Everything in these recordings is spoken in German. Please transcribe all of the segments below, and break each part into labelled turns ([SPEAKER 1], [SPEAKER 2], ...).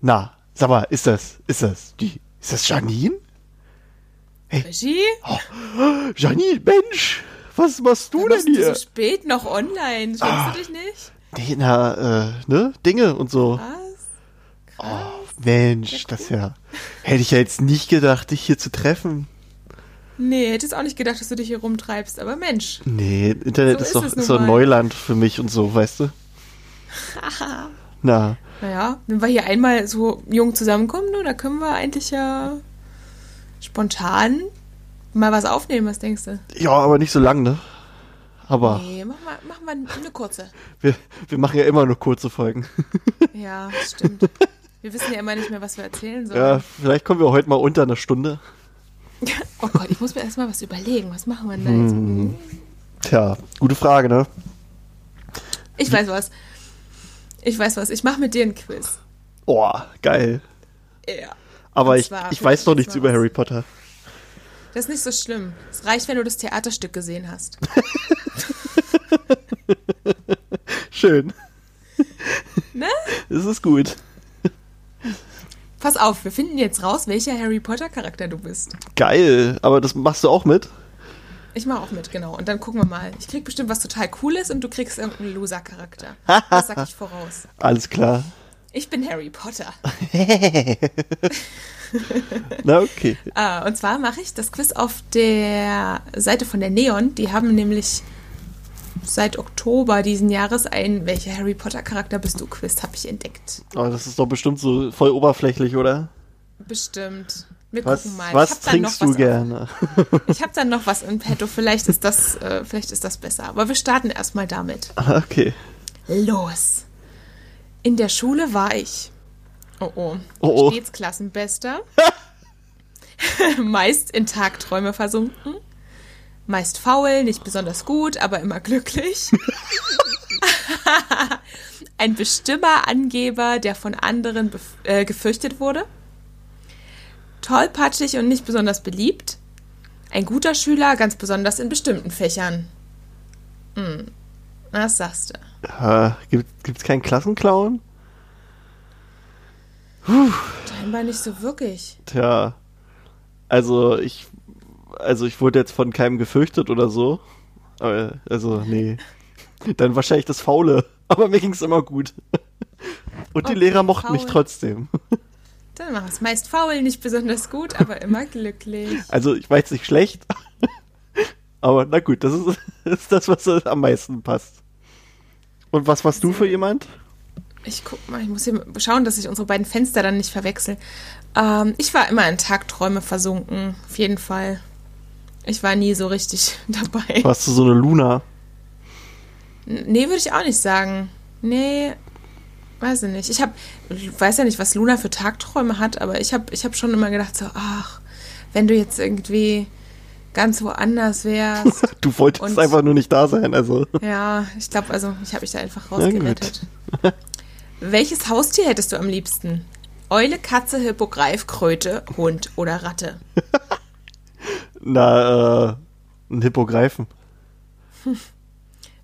[SPEAKER 1] Na, sag mal, ist das, ist das die, ist das Janine?
[SPEAKER 2] Regie?
[SPEAKER 1] Oh, Janine, Mensch, was machst du denn
[SPEAKER 2] Bist du
[SPEAKER 1] hier?
[SPEAKER 2] so spät noch online? Schämst du dich nicht?
[SPEAKER 1] Nee, na, äh, ne, Dinge und so.
[SPEAKER 2] Was? Ah.
[SPEAKER 1] Oh, Mensch, das ist ja, hätte ich ja jetzt nicht gedacht, dich hier zu treffen.
[SPEAKER 2] Nee, hätte jetzt auch nicht gedacht, dass du dich hier rumtreibst, aber Mensch.
[SPEAKER 1] Nee, Internet
[SPEAKER 2] So
[SPEAKER 1] ist
[SPEAKER 2] ist
[SPEAKER 1] doch
[SPEAKER 2] es
[SPEAKER 1] ist
[SPEAKER 2] nun
[SPEAKER 1] doch
[SPEAKER 2] mal.
[SPEAKER 1] Neuland für mich und so, weißt du? Na,
[SPEAKER 2] Naja, wenn wir hier einmal so jung zusammenkommen, du, da können wir eigentlich ja spontan mal was aufnehmen, was denkst du?
[SPEAKER 1] ja, aber nicht so lang, ne? Aber
[SPEAKER 2] Nee, mach mal, mach mal eine kurze.
[SPEAKER 1] wir, wir machen ja immer nur kurze Folgen.
[SPEAKER 2] Ja, stimmt. Wir wissen ja immer nicht mehr, was wir erzählen
[SPEAKER 1] Ja,
[SPEAKER 2] sollen.
[SPEAKER 1] vielleicht kommen wir heute mal unter einer Stunde.
[SPEAKER 2] Oh Gott, ich muss mir erstmal was überlegen. Was machen wir denn da jetzt?
[SPEAKER 1] Tja, gute Frage, ne?
[SPEAKER 2] Ich weiß was. Ich weiß was. Ich mache mit dir ein Quiz.
[SPEAKER 1] Oh, geil.
[SPEAKER 2] Ja.
[SPEAKER 1] Aber
[SPEAKER 2] Und
[SPEAKER 1] ich,
[SPEAKER 2] zwar-
[SPEAKER 1] ich weiß noch nichts
[SPEAKER 2] und
[SPEAKER 1] über
[SPEAKER 2] zwar was?
[SPEAKER 1] Harry Potter.
[SPEAKER 2] Das ist nicht so schlimm. Es reicht, wenn du das Theaterstück gesehen hast.
[SPEAKER 1] Schön.
[SPEAKER 2] Ne?
[SPEAKER 1] Es ist gut.
[SPEAKER 2] Pass auf, wir finden jetzt raus, welcher Harry Potter Charakter du bist.
[SPEAKER 1] Geil. Aber das machst du auch mit?
[SPEAKER 2] Ich mache auch mit, genau. Und dann gucken wir mal. Ich krieg bestimmt was total Cooles und du kriegst irgendeinen Loser-Charakter. Das sag ich voraus.
[SPEAKER 1] Alles klar.
[SPEAKER 2] Ich bin Harry Potter.
[SPEAKER 1] Na, okay.
[SPEAKER 2] Ah, und zwar mache ich das Quiz auf der Seite von der Neon. Die haben nämlich seit Oktober diesen Jahres ein Welcher Harry Potter Charakter bist du Quiz, habe ich entdeckt.
[SPEAKER 1] Aber Oh, das ist doch bestimmt so voll oberflächlich, oder?
[SPEAKER 2] Bestimmt. Wir
[SPEAKER 1] Was,
[SPEAKER 2] gucken mal. Ich
[SPEAKER 1] was
[SPEAKER 2] hab dann
[SPEAKER 1] trinkst
[SPEAKER 2] noch
[SPEAKER 1] du
[SPEAKER 2] was
[SPEAKER 1] gerne?
[SPEAKER 2] Auf, ich habe dann noch was im Petto. Vielleicht ist das, äh, vielleicht ist das besser. Aber wir starten erstmal damit.
[SPEAKER 1] Okay.
[SPEAKER 2] Los. In der Schule war ich. Oh oh.
[SPEAKER 1] Oh, oh.
[SPEAKER 2] Stets Klassenbester. meist in Tagträume versunken. Meist faul, nicht besonders gut, aber immer glücklich. Ein bestimmer Angeber, der von anderen bef- äh, gefürchtet wurde. Tollpatschig und nicht besonders beliebt. Ein guter Schüler, ganz besonders in bestimmten Fächern. Hm. Was sagst du?
[SPEAKER 1] Äh, gibt, gibt's keinen Klassenclown?
[SPEAKER 2] Scheinbar nicht so wirklich.
[SPEAKER 1] Tja. Also, ich, also ich wurde jetzt von keinem gefürchtet oder so. Aber, also, nee. Dann wahrscheinlich das Faule. Aber mir ging's immer gut. Und die
[SPEAKER 2] Okay,
[SPEAKER 1] Lehrer mochten mich
[SPEAKER 2] faul.
[SPEAKER 1] trotzdem.
[SPEAKER 2] Dann machen wir es meist faul, nicht besonders gut, aber immer glücklich.
[SPEAKER 1] Also, ich war jetzt nicht schlecht. Aber na gut, das ist, das ist das, was am meisten passt. Und was warst du für jemand?
[SPEAKER 2] Ich guck mal, ich muss hier schauen, dass ich unsere beiden Fenster dann nicht verwechsel. Ähm, ich war immer in Tagträume versunken, auf jeden Fall. Ich war nie so richtig dabei.
[SPEAKER 1] Warst du so eine Luna?
[SPEAKER 2] N- Nee, würde ich auch nicht sagen. Nee, weiß ich nicht. Ich hab, ich weiß ja nicht, was Luna für Tagträume hat, aber ich habe ich hab schon immer gedacht, so, ach, wenn du jetzt irgendwie ganz woanders wärst.
[SPEAKER 1] Du wolltest
[SPEAKER 2] Und-
[SPEAKER 1] einfach nur nicht da sein, also.
[SPEAKER 2] Ja, ich glaube, also ich habe mich da einfach
[SPEAKER 1] gut.
[SPEAKER 2] rausgerettet. Welches Haustier hättest du am liebsten? Eule, Katze, Hippogreif, Kröte, Hund oder Ratte?
[SPEAKER 1] Na, äh, ein Hippogreifen.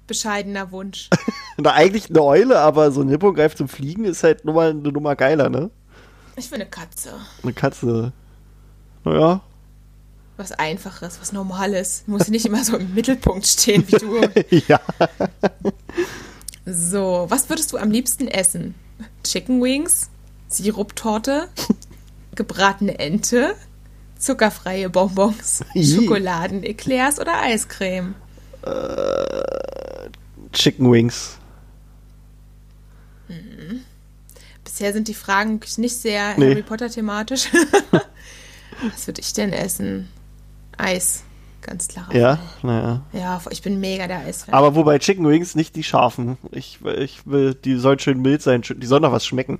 [SPEAKER 2] Bescheidener Wunsch.
[SPEAKER 1] Na, eigentlich eine Eule, aber so ein Hippogreif zum Fliegen ist halt nur mal eine Nummer geiler, ne?
[SPEAKER 2] Ich will eine Katze.
[SPEAKER 1] Eine Katze. Naja.
[SPEAKER 2] Was Einfaches, was Normales. Muss nicht immer so im Mittelpunkt stehen wie du.
[SPEAKER 1] ja.
[SPEAKER 2] So, was würdest du am liebsten essen? Chicken Wings, Siruptorte, gebratene Ente, zuckerfreie Bonbons,
[SPEAKER 1] Ih.
[SPEAKER 2] Schokoladen-Eclairs oder Eiscreme?
[SPEAKER 1] Chicken Wings.
[SPEAKER 2] Bisher sind die Fragen nicht sehr
[SPEAKER 1] Nee.
[SPEAKER 2] Harry Potter thematisch. Was würde ich denn essen? Eis, ganz klar.
[SPEAKER 1] Ja, naja.
[SPEAKER 2] Ja, ich bin mega der Eisfan.
[SPEAKER 1] Aber wobei Chicken Wings nicht die scharfen. Ich, ich will, die sollen schön mild sein, schön- die sollen doch was schmecken.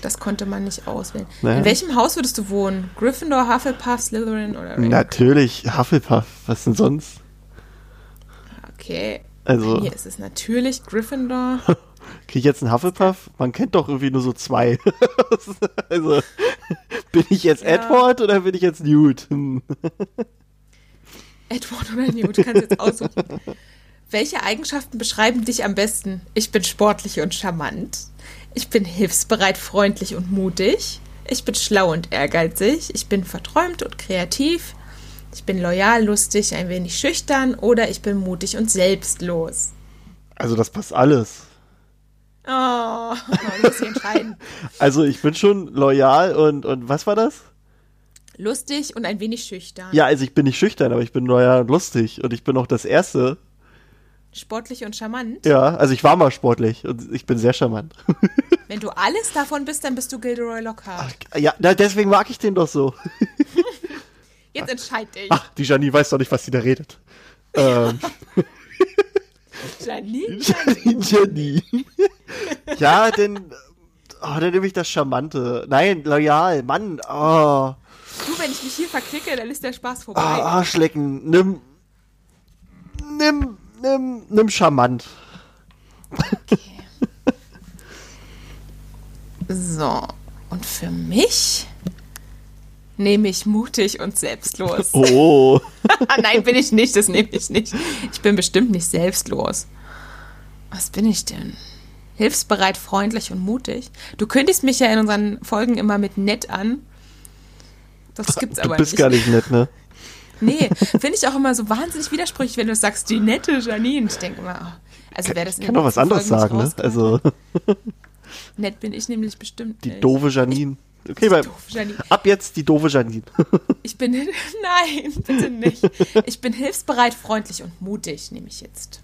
[SPEAKER 2] Das konnte man nicht auswählen.
[SPEAKER 1] Naja.
[SPEAKER 2] In welchem Haus würdest du wohnen? Gryffindor, Hufflepuff, Slytherin oder Ravenclaw?
[SPEAKER 1] Natürlich, Hufflepuff, was denn sonst?
[SPEAKER 2] Okay.
[SPEAKER 1] Also-
[SPEAKER 2] Hier ist es natürlich Gryffindor.
[SPEAKER 1] Krieg ich jetzt einen Hufflepuff? Man kennt doch irgendwie nur so zwei. also, bin ich jetzt Edward oder bin ich jetzt Newt? Hm.
[SPEAKER 2] Edward oder Newt, kannst jetzt aussuchen. Welche Eigenschaften beschreiben dich am besten? Ich bin sportlich und charmant. Ich bin hilfsbereit, freundlich und mutig. Ich bin schlau und ehrgeizig. Ich bin verträumt und kreativ. Ich bin loyal, lustig, ein wenig schüchtern oder ich bin mutig und selbstlos.
[SPEAKER 1] Also das passt alles.
[SPEAKER 2] Oh, muss ich entscheiden.
[SPEAKER 1] Also ich bin schon loyal und, und was war das?
[SPEAKER 2] Lustig und ein wenig schüchtern.
[SPEAKER 1] Ja, also ich bin nicht schüchtern, aber ich bin loyal und lustig und ich bin auch das Erste.
[SPEAKER 2] Sportlich und charmant.
[SPEAKER 1] Ja, also ich war mal sportlich und ich bin sehr charmant.
[SPEAKER 2] Wenn du alles davon bist, dann bist du Gilderoy Lockhart.
[SPEAKER 1] ja, na, deswegen mag ich den doch so.
[SPEAKER 2] Jetzt entscheid dich.
[SPEAKER 1] Ach, die Janine weiß doch nicht, was sie da redet. ähm,
[SPEAKER 2] Janine?
[SPEAKER 1] Janine. ja, denn. Oh, dann nehme ich das Charmante. Nein, loyal, Mann. Oh,
[SPEAKER 2] Du, wenn ich mich hier verklicke, dann ist der Spaß
[SPEAKER 1] oh
[SPEAKER 2] vorbei.
[SPEAKER 1] Arschlecken. Nimm. Nimm, nimm, nimm charmant.
[SPEAKER 2] So, und für mich nehme ich mutig und selbstlos.
[SPEAKER 1] Oh.
[SPEAKER 2] Nein, bin ich nicht, das nehme ich nicht. Ich bin bestimmt nicht selbstlos. Was bin ich denn? Hilfsbereit, freundlich und mutig. Du kündigst mich ja in unseren Folgen immer mit nett an. Das gibt's
[SPEAKER 1] Du
[SPEAKER 2] aber
[SPEAKER 1] bist
[SPEAKER 2] nicht.
[SPEAKER 1] gar nicht nett, ne?
[SPEAKER 2] Nee, finde ich auch immer so wahnsinnig widersprüchlich, wenn du sagst, die nette Janine. Ich denke immer, oh, also wäre das in
[SPEAKER 1] Kann
[SPEAKER 2] den
[SPEAKER 1] doch was
[SPEAKER 2] letzten
[SPEAKER 1] anderes
[SPEAKER 2] Folgen nicht
[SPEAKER 1] sagen, ne?
[SPEAKER 2] rausgekommen.
[SPEAKER 1] Also,
[SPEAKER 2] Nett bin ich nämlich bestimmt
[SPEAKER 1] die
[SPEAKER 2] nicht.
[SPEAKER 1] doofe Janine. Okay,
[SPEAKER 2] Die
[SPEAKER 1] bei,
[SPEAKER 2] doofe Janine.
[SPEAKER 1] ab jetzt die doofe Janine.
[SPEAKER 2] Ich bin. Nein, bitte nicht. Ich bin hilfsbereit, freundlich und mutig, nehme ich jetzt.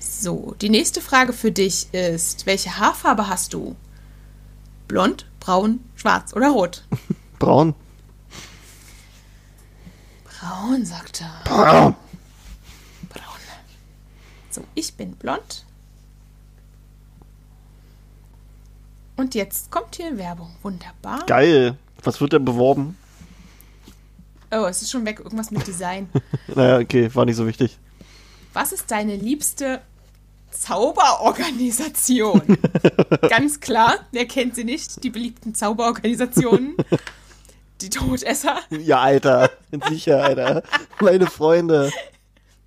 [SPEAKER 2] So, die nächste Frage für dich ist: Welche Haarfarbe hast du? Blond, braun, schwarz oder rot?
[SPEAKER 1] Braun.
[SPEAKER 2] Braun, sagt er.
[SPEAKER 1] Braun.
[SPEAKER 2] Braun. So, ich bin blond. Und jetzt kommt hier Werbung. Wunderbar.
[SPEAKER 1] Geil. Was wird denn beworben?
[SPEAKER 2] Oh, es ist schon weg. Irgendwas mit Design.
[SPEAKER 1] Naja, okay, war nicht so wichtig.
[SPEAKER 2] Was ist deine liebste Zauberorganisation? Ganz klar, wer kennt sie nicht? Die beliebten Zauberorganisationen. Die Todesser,
[SPEAKER 1] Ja, Alter. Sicher, Alter. Meine Freunde.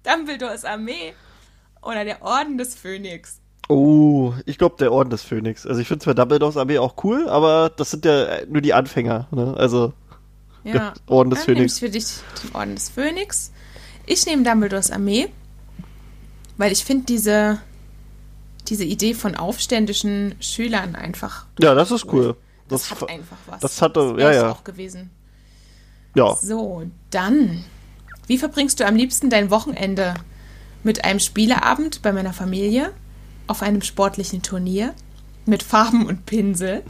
[SPEAKER 2] Dumbledores Armee oder der Orden des Phönix.
[SPEAKER 1] Oh, ich glaube, der Orden des Phönix. Also, ich finde zwar Dumbledores Armee auch cool, aber das sind ja äh, nur die Anfänger. Ne? Also,
[SPEAKER 2] Ja,
[SPEAKER 1] Orden des
[SPEAKER 2] dann nehme ich
[SPEAKER 1] Phönix.
[SPEAKER 2] für dich den Orden des Phönix. Ich nehme Dumbledores Armee, weil ich finde diese, diese Idee von aufständischen Schülern einfach.
[SPEAKER 1] ja, das ist cool.
[SPEAKER 2] Das,
[SPEAKER 1] Das,
[SPEAKER 2] hat einfach was.
[SPEAKER 1] das hatte-
[SPEAKER 2] das wär's
[SPEAKER 1] ja, ja.
[SPEAKER 2] auch gewesen.
[SPEAKER 1] ja.
[SPEAKER 2] So, dann. Wie verbringst du am liebsten dein Wochenende? Mit einem Spieleabend bei meiner Familie, auf einem sportlichen Turnier, mit Farben und Pinsel,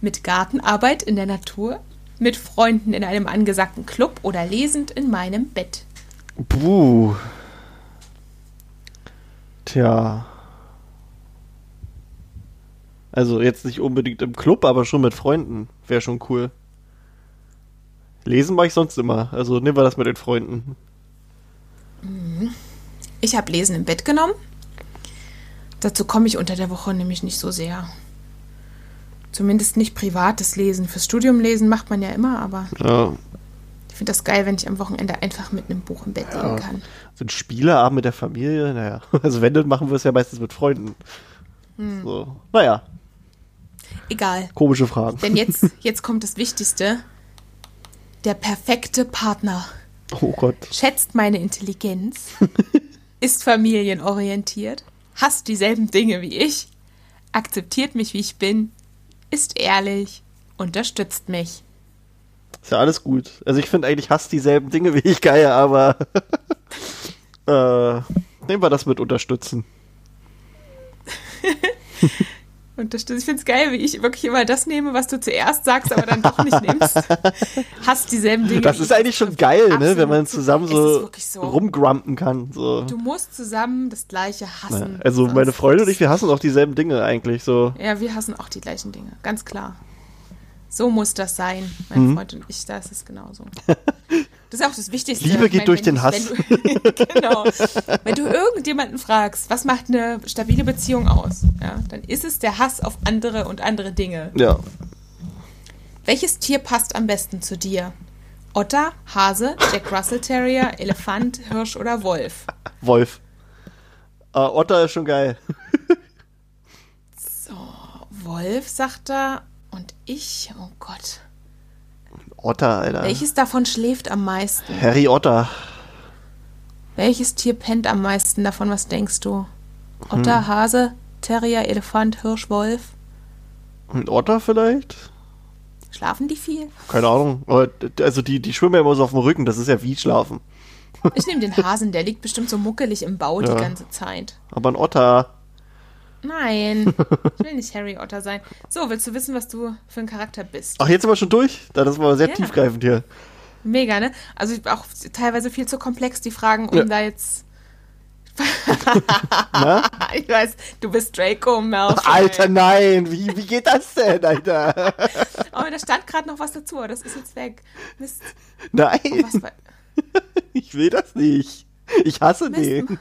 [SPEAKER 2] mit Gartenarbeit in der Natur, mit Freunden in einem angesagten Club oder lesend in meinem Bett.
[SPEAKER 1] Puh. Tja. Also jetzt nicht unbedingt im Club, aber schon mit Freunden. Wäre schon cool. Lesen mache ich sonst immer. Also nehmen wir das mit den Freunden.
[SPEAKER 2] Ich habe Lesen im Bett genommen. Dazu komme ich unter der Woche nämlich nicht so sehr. Zumindest nicht privates Lesen. Fürs Studium lesen macht man ja immer, aber
[SPEAKER 1] Ja.
[SPEAKER 2] ich finde das geil, wenn ich am Wochenende einfach mit einem Buch im Bett liegen kann.
[SPEAKER 1] So ein Spieleabend mit der Familie, naja. Also wenn, dann machen wir es ja meistens mit Freunden. So. Naja,
[SPEAKER 2] Egal.
[SPEAKER 1] komische Fragen.
[SPEAKER 2] Denn jetzt, jetzt kommt das Wichtigste. Der perfekte Partner
[SPEAKER 1] Oh Gott.
[SPEAKER 2] schätzt meine Intelligenz, ist familienorientiert, hasst dieselben Dinge wie ich, akzeptiert mich, wie ich bin, ist ehrlich, unterstützt mich.
[SPEAKER 1] Ist ja alles gut. Also ich finde eigentlich hasst dieselben Dinge wie ich geil, aber äh, nehmen wir das mit unterstützen.
[SPEAKER 2] Unterstützt. Ich finde es geil, wie ich wirklich immer das nehme, was du zuerst sagst, aber dann doch nicht nimmst. Hasst dieselben Dinge.
[SPEAKER 1] Das
[SPEAKER 2] wie
[SPEAKER 1] ist
[SPEAKER 2] ich.
[SPEAKER 1] eigentlich schon geil, ne?
[SPEAKER 2] Absolut.
[SPEAKER 1] Wenn man zusammen
[SPEAKER 2] Es ist
[SPEAKER 1] so,
[SPEAKER 2] wirklich so.
[SPEAKER 1] rumgrumpen kann. So.
[SPEAKER 2] Du musst zusammen das Gleiche hassen.
[SPEAKER 1] Also
[SPEAKER 2] sonst
[SPEAKER 1] meine Freunde und
[SPEAKER 2] gibt's
[SPEAKER 1] ich, wir hassen auch dieselben Dinge eigentlich. So.
[SPEAKER 2] Ja, wir hassen auch die gleichen Dinge, ganz klar. So muss das sein, mein
[SPEAKER 1] Mhm.
[SPEAKER 2] Freund und ich, da ist es genauso. Das ist auch das Wichtigste.
[SPEAKER 1] Liebe
[SPEAKER 2] Ich
[SPEAKER 1] geht durch den
[SPEAKER 2] wenn ich-
[SPEAKER 1] Hass.
[SPEAKER 2] Wenn du, genau. Wenn du irgendjemanden fragst, was macht eine stabile Beziehung aus, ja, dann ist es der Hass auf andere und andere Dinge.
[SPEAKER 1] Ja.
[SPEAKER 2] Welches Tier passt am besten zu dir? Otter, Hase, Jack Russell Terrier, Elefant, Hirsch oder Wolf?
[SPEAKER 1] Wolf. Äh, Otter ist schon geil.
[SPEAKER 2] Wolf, sagt er. Und ich, oh Gott.
[SPEAKER 1] Otter, Alter.
[SPEAKER 2] Welches davon schläft am meisten?
[SPEAKER 1] Harry Otter.
[SPEAKER 2] Welches Tier pennt am meisten davon? Was denkst du? Otter,
[SPEAKER 1] Hm.
[SPEAKER 2] Hase, Terrier, Elefant, Hirsch, Wolf?
[SPEAKER 1] Ein Otter vielleicht?
[SPEAKER 2] Schlafen die viel?
[SPEAKER 1] Keine Ahnung. Aber, also die, die schwimmen ja immer so auf dem Rücken, das ist ja wie schlafen.
[SPEAKER 2] Ich nehme den Hasen, der liegt bestimmt so muckelig im Bau
[SPEAKER 1] Ja.
[SPEAKER 2] die ganze Zeit.
[SPEAKER 1] Aber ein Otter.
[SPEAKER 2] Nein, ich will nicht Harry Otter sein. So, willst du wissen, was du für ein Charakter bist?
[SPEAKER 1] Ach, jetzt sind wir schon durch? Das ist mal sehr
[SPEAKER 2] Ja.
[SPEAKER 1] tiefgreifend hier.
[SPEAKER 2] Mega, ne? Also ich- auch teilweise viel zu komplex, die Fragen, um
[SPEAKER 1] Ja.
[SPEAKER 2] da jetzt... ich weiß, du bist Draco Malfoy.
[SPEAKER 1] Alter, nein, wie, wie geht das denn, Alter?
[SPEAKER 2] Oh, da stand gerade noch was dazu, aber das ist jetzt weg. Mist, um
[SPEAKER 1] Nein,
[SPEAKER 2] was war...
[SPEAKER 1] ich will das nicht. Ich hasse
[SPEAKER 2] Mist.
[SPEAKER 1] den.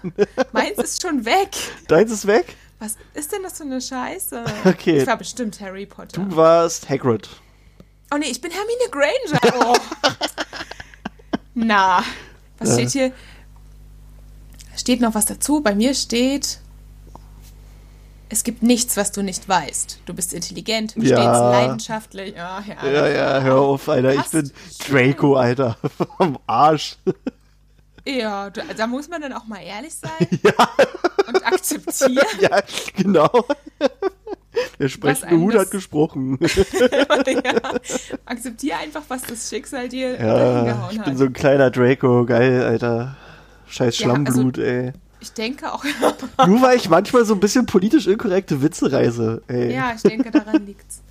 [SPEAKER 2] Meins ist schon weg.
[SPEAKER 1] Deins ist weg.
[SPEAKER 2] Was ist denn das für eine Scheiße?
[SPEAKER 1] Okay.
[SPEAKER 2] Ich war bestimmt Harry Potter.
[SPEAKER 1] Du warst Hagrid.
[SPEAKER 2] Oh nee, ich bin Hermine Granger. Oh. Na, was
[SPEAKER 1] Ja.
[SPEAKER 2] steht hier? Steht noch was dazu? Bei mir steht, es gibt nichts, was du nicht weißt. Du bist intelligent, stets
[SPEAKER 1] Ja.
[SPEAKER 2] leidenschaftlich. Ja, ja.
[SPEAKER 1] Ja, ja, hör auf, Alter. Ich
[SPEAKER 2] Passt
[SPEAKER 1] bin
[SPEAKER 2] schon.
[SPEAKER 1] Draco, Alter. Am Arsch.
[SPEAKER 2] Ja, da, da muss man dann auch mal ehrlich sein und akzeptieren.
[SPEAKER 1] Ja, genau. Der sprechende
[SPEAKER 2] einem
[SPEAKER 1] Hut
[SPEAKER 2] das-
[SPEAKER 1] hat gesprochen.
[SPEAKER 2] ja. Akzeptiere einfach, was das Schicksal dir
[SPEAKER 1] Ja,
[SPEAKER 2] hingehauen
[SPEAKER 1] ich
[SPEAKER 2] hat.
[SPEAKER 1] bin so ein kleiner Draco. Geil, Alter. Scheiß
[SPEAKER 2] Ja, also-
[SPEAKER 1] Schlammblut, ey.
[SPEAKER 2] ich denke auch,
[SPEAKER 1] Nur weil ich manchmal so ein bisschen politisch inkorrekte Witze reise, ey.
[SPEAKER 2] Ja, ich denke, daran liegt's.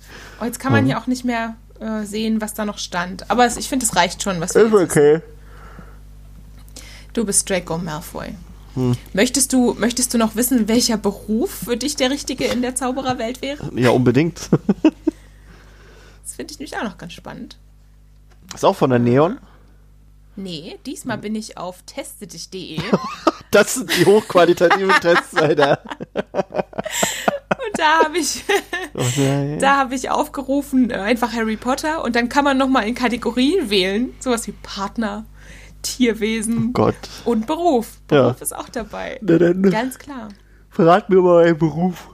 [SPEAKER 2] Oh, jetzt kann man
[SPEAKER 1] Mhm.
[SPEAKER 2] hier auch nicht mehr äh, sehen, was da noch stand. Aber es, ich finde, es reicht schon, was wir
[SPEAKER 1] Ist
[SPEAKER 2] jetzt wissen.
[SPEAKER 1] okay.
[SPEAKER 2] Du bist Draco Malfoy.
[SPEAKER 1] Hm.
[SPEAKER 2] Möchtest, du, möchtest du noch wissen, welcher Beruf für dich der richtige in der Zaubererwelt wäre?
[SPEAKER 1] Ja, unbedingt.
[SPEAKER 2] Das finde ich nämlich auch noch ganz spannend.
[SPEAKER 1] Ist auch von der Neon.
[SPEAKER 2] Nee, diesmal bin ich auf testedich.de
[SPEAKER 1] Das sind die hochqualitativen Tests, Alter.
[SPEAKER 2] und da habe ich,
[SPEAKER 1] Oh nein.
[SPEAKER 2] da habe ich aufgerufen, äh, einfach Harry Potter und dann kann man nochmal in Kategorien wählen. Sowas wie Partner, Tierwesen
[SPEAKER 1] Oh Gott.
[SPEAKER 2] und Beruf.
[SPEAKER 1] Ja.
[SPEAKER 2] Beruf ist auch dabei.
[SPEAKER 1] Na dann,
[SPEAKER 2] Ganz klar.
[SPEAKER 1] verrat mir mal einen Beruf.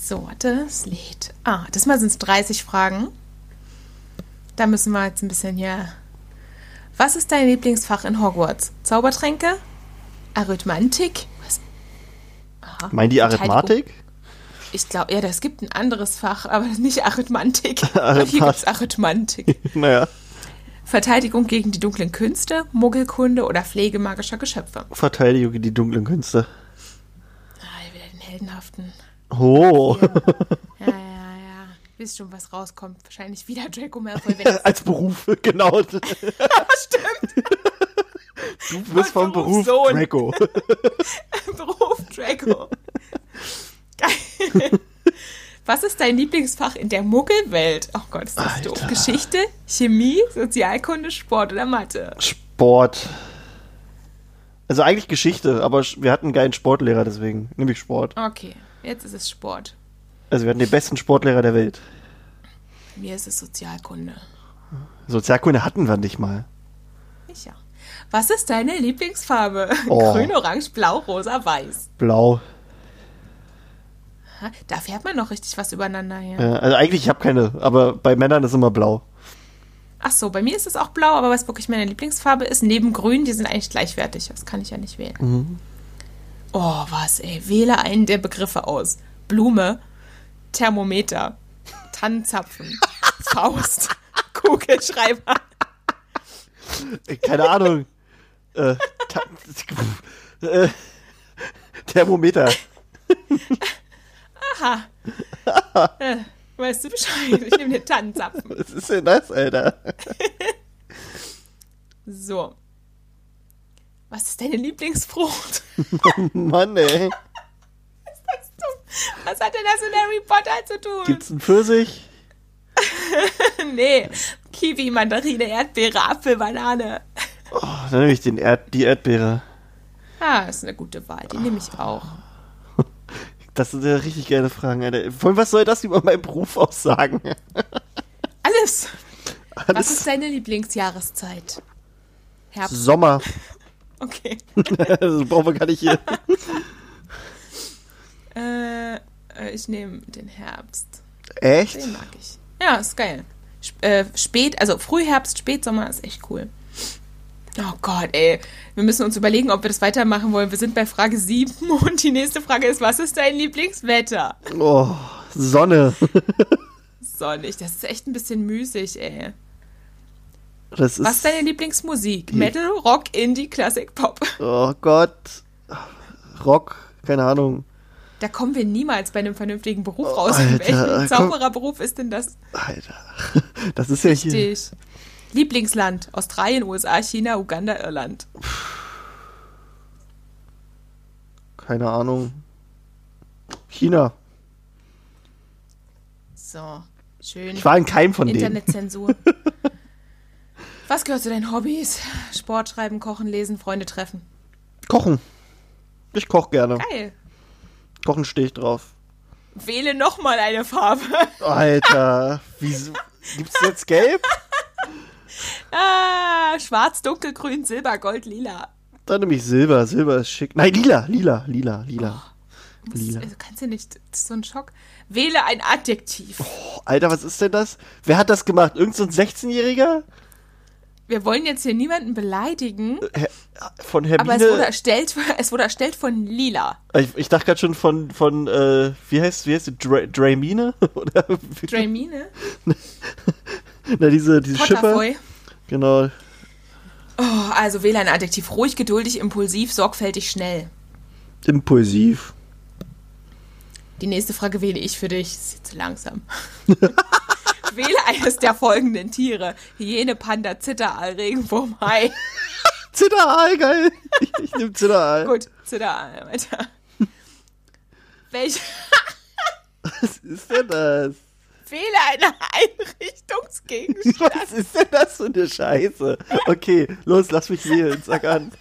[SPEAKER 2] So, das lädt. Ah, das mal sind es 30 Fragen. Da müssen wir jetzt ein bisschen hier. Was ist dein Lieblingsfach in Hogwarts? Zaubertränke? Arithmantik? Was? Aha.
[SPEAKER 1] Meint die
[SPEAKER 2] Verteidigung.
[SPEAKER 1] Arithmatik?
[SPEAKER 2] Ich glaube, ja, das gibt ein anderes Fach, aber nicht Arithmantik.
[SPEAKER 1] Arithmat-
[SPEAKER 2] Hier gibt es Arithmantik.
[SPEAKER 1] Naja,
[SPEAKER 2] Verteidigung gegen die dunklen Künste, Muggelkunde oder Pflege magischer Geschöpfe.
[SPEAKER 1] Verteidigung in die dunklen Künste.
[SPEAKER 2] Ah, wieder den heldenhaften.
[SPEAKER 1] Oh.
[SPEAKER 2] Ja, ja, ja. Wisst schon, was rauskommt. Wahrscheinlich wieder Draco Malfoy, wenn er
[SPEAKER 1] Als Beruf, genau. Du bist vom Beruf
[SPEAKER 2] Berufssohn.
[SPEAKER 1] Draco.
[SPEAKER 2] Beruf Draco. Geil. Was ist dein Lieblingsfach in der Muggelwelt? Oh Gott, ist das
[SPEAKER 1] Alter.
[SPEAKER 2] doof. Geschichte, Chemie, Sozialkunde, Sport oder Mathe?
[SPEAKER 1] Sport. Also eigentlich Geschichte, aber sch- wir hatten einen geilen Sportlehrer deswegen. Nämlich Sport.
[SPEAKER 2] Okay, jetzt ist es Sport.
[SPEAKER 1] Also wir hatten den besten Sportlehrer der Welt.
[SPEAKER 2] Bei mir ist es Sozialkunde.
[SPEAKER 1] Sozialkunde hatten wir nicht mal.
[SPEAKER 2] Ich ja. Was ist deine Lieblingsfarbe?
[SPEAKER 1] Oh.
[SPEAKER 2] Grün, Orange, Blau, Rosa, Weiß.
[SPEAKER 1] Blau.
[SPEAKER 2] Ha, Da fährt man noch richtig was übereinander her.
[SPEAKER 1] Äh, also eigentlich, ich habe keine, aber bei Männern ist immer blau.
[SPEAKER 2] Ach so, bei mir ist es auch blau, aber was wirklich meine Lieblingsfarbe ist, neben grün, die sind eigentlich gleichwertig. Das kann ich ja nicht wählen. Oh, was, ey. Wähle einen der Begriffe aus. Blume, Thermometer, Tannenzapfen, Faust, Kugelschreiber.
[SPEAKER 1] Äh, Keine Ahnung. äh, ta äh, Thermometer.
[SPEAKER 2] Äh, Weißt du Bescheid? Ich nehme den Tannenzapfen.
[SPEAKER 1] Was ist denn das, Alter?
[SPEAKER 2] So. Was ist deine Lieblingsfrucht?
[SPEAKER 1] Mann, ey.
[SPEAKER 2] Was hat denn das mit Harry Potter zu tun?
[SPEAKER 1] Gibt's einen Pfirsich?
[SPEAKER 2] Nee. Kiwi, Mandarine, Erdbeere, Apfel, Banane.
[SPEAKER 1] Oh, dann nehme ich den Erd die Erdbeere.
[SPEAKER 2] Ah, ist eine gute Wahl. Die nehme ich auch.
[SPEAKER 1] Das sind ja richtig geile Fragen, Alter. Vor allem, was soll das über meinen Beruf aussagen?
[SPEAKER 2] Alles. Was
[SPEAKER 1] Alles
[SPEAKER 2] ist deine Lieblingsjahreszeit? Herbst.
[SPEAKER 1] Sommer.
[SPEAKER 2] Okay.
[SPEAKER 1] das brauchen wir gar nicht hier.
[SPEAKER 2] Äh, Äh, Ich nehme den Herbst.
[SPEAKER 1] Echt?
[SPEAKER 2] Den mag ich. Ja, ist geil. Sp äh, spät, also Frühherbst, Spätsommer ist echt cool. Oh Gott, ey. Wir müssen uns überlegen, ob wir das weitermachen wollen. Wir sind bei Frage 7 und die nächste Frage ist, was ist dein Lieblingswetter?
[SPEAKER 1] Oh, Sonne.
[SPEAKER 2] Sonnig, das ist echt ein bisschen müßig, ey.
[SPEAKER 1] Das ist.
[SPEAKER 2] Was ist deine Lieblingsmusik? Metal, Rock, Indie, Classic, Pop.
[SPEAKER 1] Oh Gott. Rock, keine Ahnung.
[SPEAKER 2] Da kommen wir niemals bei einem vernünftigen Beruf
[SPEAKER 1] Oh,
[SPEAKER 2] raus.
[SPEAKER 1] Alter, komm.
[SPEAKER 2] Welchen Zaubererberuf ist denn das?
[SPEAKER 1] Alter. Das ist ja hier.
[SPEAKER 2] Richtig. Lieblingsland: Australien, USA, China, Uganda, Irland.
[SPEAKER 1] Keine Ahnung. China.
[SPEAKER 2] So, schön.
[SPEAKER 1] Ich war in keinem von denen.
[SPEAKER 2] Internetzensur. Was gehört zu deinen Hobbys? Sport schreiben, kochen, lesen, Freunde treffen.
[SPEAKER 1] Kochen. Ich koche gerne.
[SPEAKER 2] Geil.
[SPEAKER 1] Kochen stehe ich drauf.
[SPEAKER 2] Wähle nochmal eine Farbe.
[SPEAKER 1] Alter. Wieso? Gibt's jetzt gelb?
[SPEAKER 2] Ah, schwarz, dunkelgrün, silber, gold, lila.
[SPEAKER 1] Dann nehme ich Silber. Silber ist schick. Nein, lila, lila, lila, lila.
[SPEAKER 2] Das-
[SPEAKER 1] Lila.
[SPEAKER 2] Also kannst du nicht, das ist so ein Schock. Wähle ein Adjektiv.
[SPEAKER 1] Oh, Alter, was ist denn das? Wer hat das gemacht? Irgend so ein 16-Jähriger?
[SPEAKER 2] Wir wollen jetzt hier niemanden beleidigen,
[SPEAKER 1] Von
[SPEAKER 2] aber es wurde,
[SPEAKER 1] Hermine.
[SPEAKER 2] erstellt, es wurde erstellt von Lila.
[SPEAKER 1] Ich, ich dachte gerade schon von, von äh, wie heißt, wie heißt die? Dra Draymine? Oder wie-
[SPEAKER 2] Draymine?
[SPEAKER 1] Na, diese, diese Schipper.
[SPEAKER 2] Potterfoy.
[SPEAKER 1] Genau.
[SPEAKER 2] Oh, also wähle ein Adjektiv. Ruhig, geduldig, impulsiv, sorgfältig, schnell.
[SPEAKER 1] Impulsiv.
[SPEAKER 2] Die nächste Frage wähle ich für dich. Ist jetzt zu langsam. wähle eines der folgenden Tiere. Hyäne, Panda, Zitteraal, Regenwurm, Hai.
[SPEAKER 1] Zitteraal, geil. Ich, ich nehme Zitteraal.
[SPEAKER 2] Gut, Zitteraal, weiter. Welche
[SPEAKER 1] Was ist denn das?
[SPEAKER 2] wähle eine Einrichtungsgegenstand?
[SPEAKER 1] Was ist denn das für eine Scheiße? Okay, los, lass mich wählen. Sag an.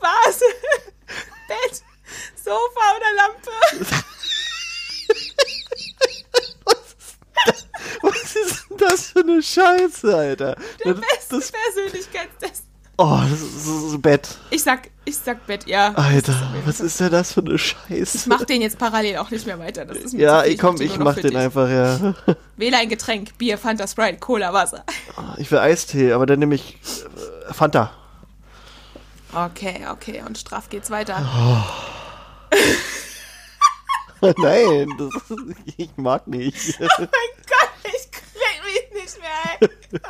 [SPEAKER 2] Vase, Bett, Sofa oder Lampe?
[SPEAKER 1] Was ist denn das für eine Scheiße, Alter?
[SPEAKER 2] Der
[SPEAKER 1] Na,
[SPEAKER 2] beste
[SPEAKER 1] das,
[SPEAKER 2] Persönlichkeitstest.
[SPEAKER 1] oh, das ist, das ist ein Bett.
[SPEAKER 2] Ich sag, ich sag Bett, ja.
[SPEAKER 1] Alter, was ist denn das für eine Scheiße?
[SPEAKER 2] Ich mach den jetzt parallel auch nicht mehr weiter. Das ist mir
[SPEAKER 1] ja,
[SPEAKER 2] zu viel.
[SPEAKER 1] ey, komm,
[SPEAKER 2] die
[SPEAKER 1] ich
[SPEAKER 2] nur noch
[SPEAKER 1] mach
[SPEAKER 2] für
[SPEAKER 1] den
[SPEAKER 2] dich.
[SPEAKER 1] einfach, ja.
[SPEAKER 2] Wähle ein Getränk. Bier, Fanta, Sprite, Cola, Wasser.
[SPEAKER 1] Ich will Eistee, aber dann nehme ich äh, Fanta.
[SPEAKER 2] Okay, okay. Und straff geht's weiter.
[SPEAKER 1] Oh. Nein, das ist, ich mag nicht.
[SPEAKER 2] Oh mein Gott, ich krieg mich nicht mehr. Ey. Tut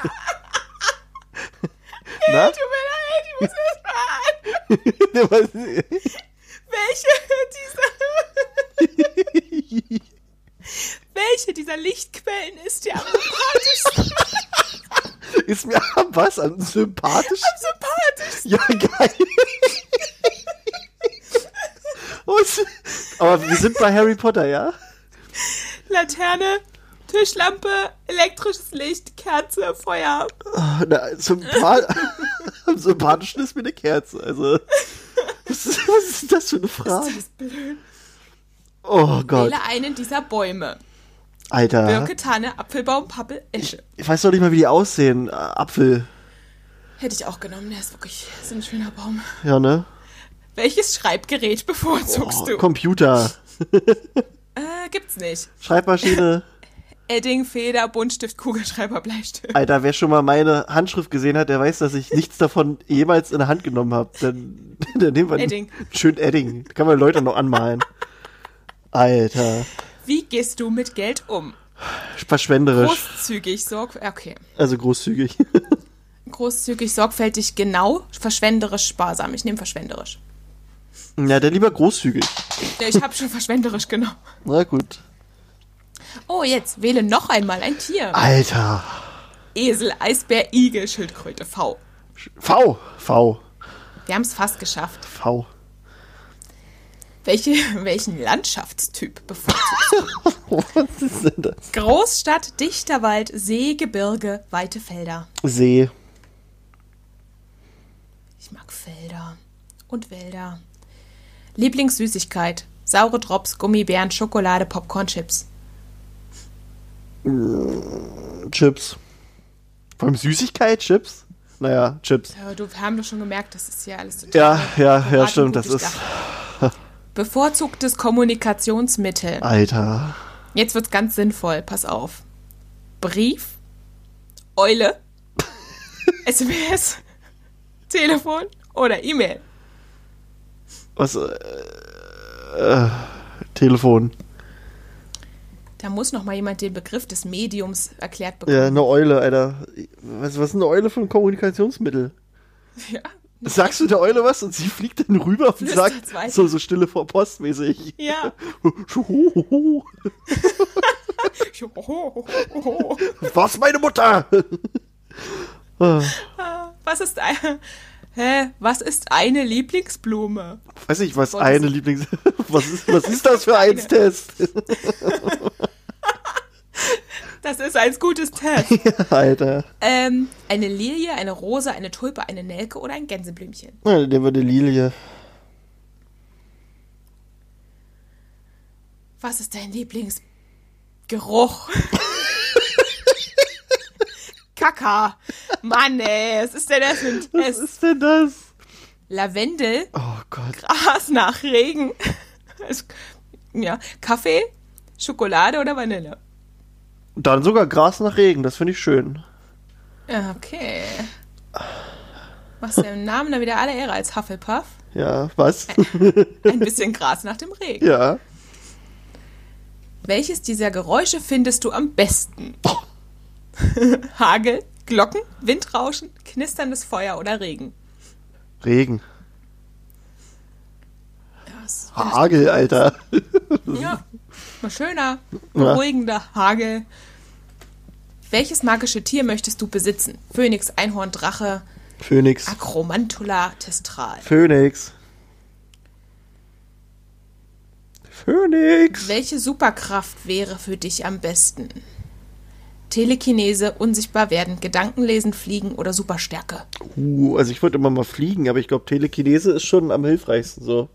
[SPEAKER 1] Na?
[SPEAKER 2] mir leid, ich muss das mal an.
[SPEAKER 1] Was-
[SPEAKER 2] Welche dieser, welche dieser Lichtquellen ist dir am sympathischsten?
[SPEAKER 1] ist mir am was? Am sympathisch?
[SPEAKER 2] Am sympathischsten?
[SPEAKER 1] Ja, geil. Was? aber wir sind bei Harry Potter, ja?
[SPEAKER 2] Laterne, Tischlampe, elektrisches Licht, Kerze, Feuer.
[SPEAKER 1] Ah, Na, sympa- am sympathischen ist mir eine Kerze. Also, was ist, was ist Ah, das für eine
[SPEAKER 2] Das
[SPEAKER 1] Frage?
[SPEAKER 2] ist blöd.
[SPEAKER 1] Oh Gott,
[SPEAKER 2] Wähle einen dieser Bäume.
[SPEAKER 1] Alter.
[SPEAKER 2] Birke, Tanne, Apfelbaum, Pappel, Esche.
[SPEAKER 1] Ich weiß doch nicht mal, wie die aussehen. Äh, Apfel,
[SPEAKER 2] Hätte ich auch genommen, der ist wirklich ist ein schöner Baum.
[SPEAKER 1] ja, ne?
[SPEAKER 2] Welches Schreibgerät bevorzugst
[SPEAKER 1] Oh,
[SPEAKER 2] du?
[SPEAKER 1] Computer,
[SPEAKER 2] Äh, gibt's nicht.
[SPEAKER 1] Schreibmaschine.
[SPEAKER 2] Edding, Feder, Buntstift, Kugelschreiber, Bleistift.
[SPEAKER 1] Alter, wer schon mal meine Handschrift gesehen hat, der weiß, dass ich nichts davon jemals in der Hand genommen habe. Dann, dann nehmen wir
[SPEAKER 2] Edding.
[SPEAKER 1] schön Edding. Kann man Leute noch anmalen. Alter,
[SPEAKER 2] Wie gehst du mit Geld um?
[SPEAKER 1] verschwenderisch,
[SPEAKER 2] Großzügig, sorg äh, okay.
[SPEAKER 1] also großzügig.
[SPEAKER 2] Großzügig, sorgfältig, genau, verschwenderisch, sparsam. Ich nehme verschwenderisch.
[SPEAKER 1] Na, dann lieber großzügig.
[SPEAKER 2] Ja, Ich habe schon verschwenderisch genommen.
[SPEAKER 1] Na gut.
[SPEAKER 2] Oh, jetzt wähle noch einmal ein Tier.
[SPEAKER 1] Ah. Alter.
[SPEAKER 2] Esel, Eisbär, Igel, Schildkröte, V.
[SPEAKER 1] V, V,
[SPEAKER 2] Wir haben es fast geschafft.
[SPEAKER 1] V.
[SPEAKER 2] Welche, welchen Landschaftstyp bevorzugt?
[SPEAKER 1] Was ist denn das?
[SPEAKER 2] Großstadt, dichter Wald, See, Gebirge, weite Felder.
[SPEAKER 1] See.
[SPEAKER 2] Ich mag Felder und Wälder. Lieblingssüßigkeit. Saure Drops, Gummibären, Schokolade, Popcornchips.
[SPEAKER 1] Chips. Vor allem Süßigkeit, Chips? Naja, Chips.
[SPEAKER 2] Ja, du wir haben doch schon gemerkt, das ist ja alles total.
[SPEAKER 1] Ja, ja, ja,
[SPEAKER 2] verraten,
[SPEAKER 1] stimmt,
[SPEAKER 2] gut
[SPEAKER 1] das ist.
[SPEAKER 2] durchdacht. Bevorzugtes Kommunikationsmittel.
[SPEAKER 1] Ah. Alter.
[SPEAKER 2] Jetzt wird's ganz sinnvoll, pass auf. Brief, Eule, SMS, Telefon oder E-Mail.
[SPEAKER 1] Was? Äh, äh, Telefon.
[SPEAKER 2] Da muss noch mal jemand den Begriff des Mediums erklärt
[SPEAKER 1] Ja,
[SPEAKER 2] bekommen.
[SPEAKER 1] eine Eule, Alter. Was, was ist eine Eule für ein Kommunikationsmittel?
[SPEAKER 2] Ja.
[SPEAKER 1] Sagst du der Eule was und sie fliegt dann rüber und
[SPEAKER 2] Flüstert's
[SPEAKER 1] sagt
[SPEAKER 2] weiter.
[SPEAKER 1] so, so stille vor postmäßig.
[SPEAKER 2] Ja. oh,
[SPEAKER 1] Was meine Mutter? Ah,
[SPEAKER 2] Was ist ein, hä, was ist eine Lieblingsblume?
[SPEAKER 1] Weiß ich, was
[SPEAKER 2] Wolltest-
[SPEAKER 1] eine Lieblings. Was ist, was ist das für ein Test?
[SPEAKER 2] Das ist ein gutes Test.
[SPEAKER 1] Alter.
[SPEAKER 2] Ähm, eine Lilie, eine Rose, eine Tulpe, eine Nelke oder ein Gänseblümchen.
[SPEAKER 1] Na, dann nehmen wir eine Lilie.
[SPEAKER 2] Was ist dein Lieblingsgeruch? Kaka. Mann, ey, was ist denn das für ein
[SPEAKER 1] Was
[SPEAKER 2] Test?
[SPEAKER 1] ist denn das?
[SPEAKER 2] Lavendel,
[SPEAKER 1] Oh Gott.
[SPEAKER 2] Gras nach Regen. Es- Ja, Kaffee, Schokolade oder Vanille?
[SPEAKER 1] Dann sogar Gras nach Regen, das finde ich schön.
[SPEAKER 2] Ja, Okay. Machst du deinem Namen dann wieder alle Ehre als Hufflepuff?
[SPEAKER 1] Ja, was?
[SPEAKER 2] Ein bisschen Gras nach dem Regen.
[SPEAKER 1] ja.
[SPEAKER 2] Welches dieser Geräusche findest du am besten?
[SPEAKER 1] Oh.
[SPEAKER 2] Hagel, Glocken, Windrauschen, knisterndes Feuer oder Regen?
[SPEAKER 1] Regen.
[SPEAKER 2] Ja, das ist
[SPEAKER 1] Hagel, Alter.
[SPEAKER 2] ja, mal schöner, beruhigender Hagel. Welches magische Tier möchtest du besitzen? Phönix, Einhorn, Drache,
[SPEAKER 1] Phoenix.
[SPEAKER 2] Akromantula, Testral.
[SPEAKER 1] Phoenix. Phoenix.
[SPEAKER 2] Welche Superkraft wäre für dich am besten? Telekinese, unsichtbar werden, Gedankenlesen, fliegen oder Superstärke?
[SPEAKER 1] Uh, also ich würde immer mal fliegen, aber ich glaube, Telekinese ist schon am hilfreichsten so.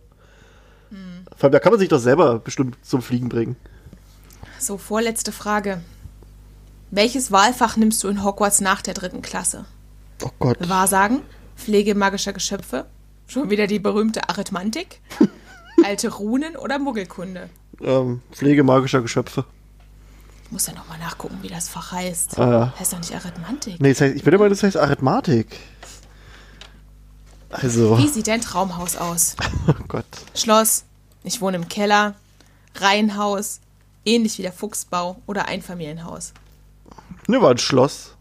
[SPEAKER 2] Hm.
[SPEAKER 1] Vor allem, da kann man sich doch selber bestimmt zum Fliegen bringen.
[SPEAKER 2] So, vorletzte Frage. Welches Wahlfach nimmst du in Hogwarts nach der dritten Klasse?
[SPEAKER 1] Oh Gott.
[SPEAKER 2] Wahrsagen? Pflege magischer Geschöpfe? Schon wieder die berühmte Arithmantik? Alte Runen oder Muggelkunde?
[SPEAKER 1] Ähm, Pflege magischer Geschöpfe.
[SPEAKER 2] Ich muss ja nochmal nachgucken, wie das Fach heißt.
[SPEAKER 1] Ah.
[SPEAKER 2] Heißt doch nicht Arithmantik.
[SPEAKER 1] Nee, das heißt, ich bin immer, das heißt Arithmatik. Also,
[SPEAKER 2] Wie sieht dein Traumhaus aus?
[SPEAKER 1] oh Gott.
[SPEAKER 2] Schloss, ich wohne im Keller, Reihenhaus, ähnlich wie der Fuchsbau oder Einfamilienhaus.
[SPEAKER 1] Ne, war ein Schloss.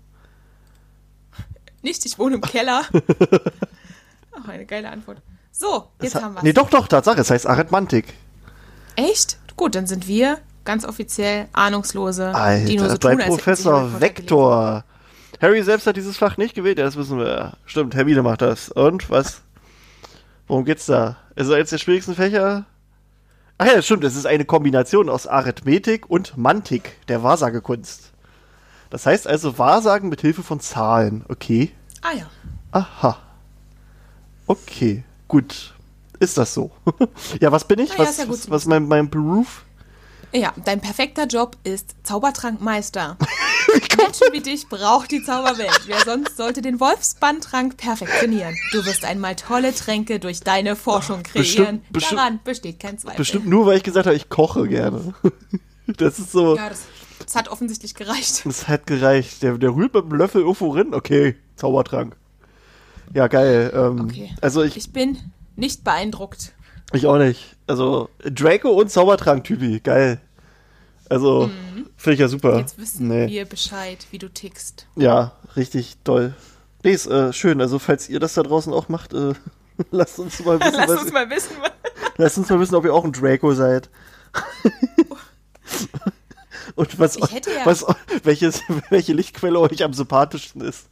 [SPEAKER 2] Nicht, ich wohne im Keller. Ach, eine geile Antwort. So,
[SPEAKER 1] Das
[SPEAKER 2] jetzt
[SPEAKER 1] hat-
[SPEAKER 2] haben wir's.
[SPEAKER 1] Nee, doch, doch, Tatsache, es heißt Arithmantik.
[SPEAKER 2] Echt? Gut, dann sind wir ganz offiziell ahnungslose die
[SPEAKER 1] Alter,
[SPEAKER 2] nur so
[SPEAKER 1] bei
[SPEAKER 2] tun, als hätten sie Harry
[SPEAKER 1] Professor
[SPEAKER 2] Potter
[SPEAKER 1] Vector. Harry selbst hat dieses Fach nicht gewählt, ja, das wissen wir. Stimmt, Hermine macht das. Und was? Worum geht's da? Ist es eines der schwierigsten Fächer? Ach ja, stimmt, es ist eine Kombination aus Arithmetik und Mantik, der Wahrsagekunst. Das heißt also Wahrsagen mit Hilfe von Zahlen. Okay.
[SPEAKER 2] gelesen. Ah ja.
[SPEAKER 1] Aha. Okay, gut. Ist das so? ja, was bin ich?
[SPEAKER 2] Na ja,
[SPEAKER 1] was
[SPEAKER 2] ist ja gut zu
[SPEAKER 1] was, was mein, mein Beruf?
[SPEAKER 2] Ja, dein perfekter Job ist Zaubertrankmeister. Menschen wie dich braucht die Zauberwelt. Wer sonst sollte den Wolfsbanntrank perfektionieren? Du wirst einmal tolle Tränke durch deine Forschung kreieren.
[SPEAKER 1] Bestimmt- bestimmt-
[SPEAKER 2] Daran besteht kein Zweifel.
[SPEAKER 1] Bestimmt nur, weil ich gesagt habe, ich koche gerne. Das ist so,
[SPEAKER 2] Ja, das, das hat offensichtlich gereicht.
[SPEAKER 1] das hat gereicht. Der, der rührt mit dem Löffel irgendwo rin. Okay, Zaubertrank. Ja, geil. Ähm,
[SPEAKER 2] Okay.
[SPEAKER 1] Also ich,
[SPEAKER 2] Ich bin nicht beeindruckt.
[SPEAKER 1] ich auch nicht. Also Draco und Zaubertrank-Typi, geil. Also, finde ich ja super.
[SPEAKER 2] Mhm. Jetzt wissen
[SPEAKER 1] Nee.
[SPEAKER 2] wir Bescheid, wie du tickst.
[SPEAKER 1] Ja, richtig toll. Nee, ist äh, schön. Also, falls ihr das da draußen auch macht, äh, lasst uns mal wissen,
[SPEAKER 2] Lass
[SPEAKER 1] Also was,
[SPEAKER 2] uns mal wissen, was.
[SPEAKER 1] lasst uns mal wissen, ob ihr auch ein Draco seid. Und was,
[SPEAKER 2] Ich hätte ja-
[SPEAKER 1] was welches, welche Lichtquelle euch am sympathischsten ist.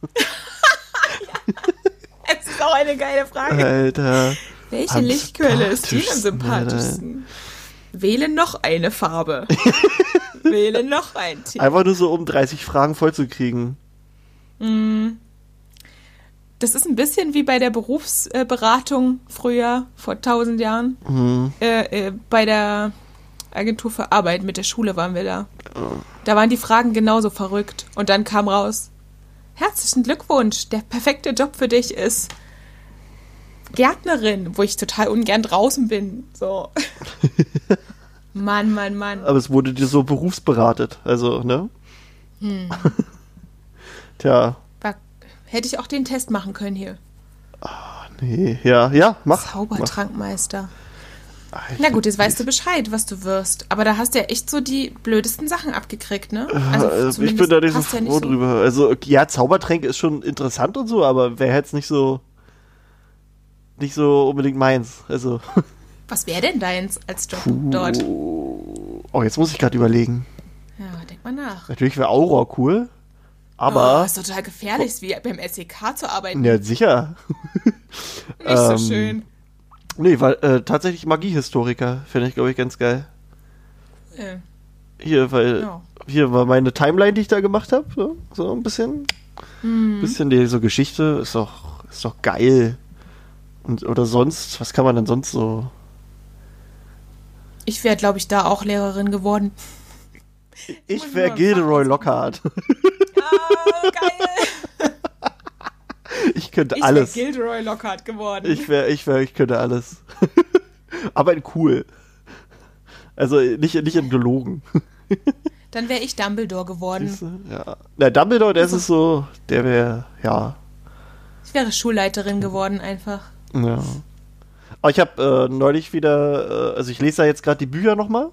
[SPEAKER 2] Es ist auch eine geile Frage.
[SPEAKER 1] Alter.
[SPEAKER 2] Welche
[SPEAKER 1] Am
[SPEAKER 2] Lichtquelle ist dir am
[SPEAKER 1] sympathischsten,
[SPEAKER 2] sympathischsten? Wähle noch eine Farbe. Wähle noch ein Tier.
[SPEAKER 1] Einfach nur so, um 30 Fragen vollzukriegen.
[SPEAKER 2] Das ist ein bisschen wie bei der Berufsberatung früher, vor tausend Jahren. Äh, äh, bei der Agentur für Arbeit mit der Schule waren wir da. Da waren die Fragen genauso verrückt. Und dann kam raus: Herzlichen Glückwunsch, der perfekte Job für dich ist Gärtnerin, wo ich total ungern draußen bin. So. Mann, Mann, Mann.
[SPEAKER 1] Aber es wurde dir so berufsberatet, also, ne?
[SPEAKER 2] Hm.
[SPEAKER 1] Tja,
[SPEAKER 2] War, hätte ich auch den Test machen können hier.
[SPEAKER 1] nee, ja, ja, mach. mach.
[SPEAKER 2] Zaubertrankmeister.
[SPEAKER 1] Ah, ich-
[SPEAKER 2] Na gut, jetzt weißt du Bescheid, was du wirst. Aber da hast du ja echt so die blödesten Sachen abgekriegt, ne?
[SPEAKER 1] Ah, Also ich bin da nicht so
[SPEAKER 2] passt
[SPEAKER 1] froh
[SPEAKER 2] ja nicht so.
[SPEAKER 1] drüber. Also, okay, ja, Zaubertränke ist schon interessant und so, aber wäre jetzt nicht so. nicht so unbedingt meins. Also.
[SPEAKER 2] Was wäre denn deins als Job dort?
[SPEAKER 1] Oh, jetzt muss ich gerade überlegen.
[SPEAKER 2] Ja, denk mal nach.
[SPEAKER 1] Natürlich wäre Aura cool, aber.
[SPEAKER 2] Oh, ist total gefährlich, ist wie beim SEK zu arbeiten.
[SPEAKER 1] Ja, sicher.
[SPEAKER 2] Nicht so
[SPEAKER 1] ähm,
[SPEAKER 2] schön.
[SPEAKER 1] Nee, weil äh, tatsächlich Magiehistoriker finde ich, glaube ich, ganz geil.
[SPEAKER 2] Äh,
[SPEAKER 1] Hier, weil
[SPEAKER 2] Ja.
[SPEAKER 1] hier war meine Timeline, die ich da gemacht habe, so, so ein bisschen.
[SPEAKER 2] Hm.
[SPEAKER 1] Bisschen die so Geschichte ist doch ist doch geil. Und oder sonst, was kann man denn sonst so?
[SPEAKER 2] ich wäre, glaube ich, da auch Lehrerin geworden.
[SPEAKER 1] Ich
[SPEAKER 2] nur
[SPEAKER 1] wäre
[SPEAKER 2] mal
[SPEAKER 1] Gilderoy Lockhart.
[SPEAKER 2] Oh, geil.
[SPEAKER 1] Ich könnte
[SPEAKER 2] Ich wäre
[SPEAKER 1] alles.
[SPEAKER 2] Gilderoy Lockhart geworden.
[SPEAKER 1] Ich wäre ich wäre ich könnte alles. Aber in cool. Also nicht nicht in gelogen.
[SPEAKER 2] Dann wäre ich Dumbledore geworden.
[SPEAKER 1] Siehst du? Ja. Na Dumbledore, das ist so, der wäre ja
[SPEAKER 2] Ich wäre Schulleiterin geworden einfach.
[SPEAKER 1] Ja. Aber ich habe äh, neulich wieder, äh, also ich lese ja jetzt gerade die Bücher nochmal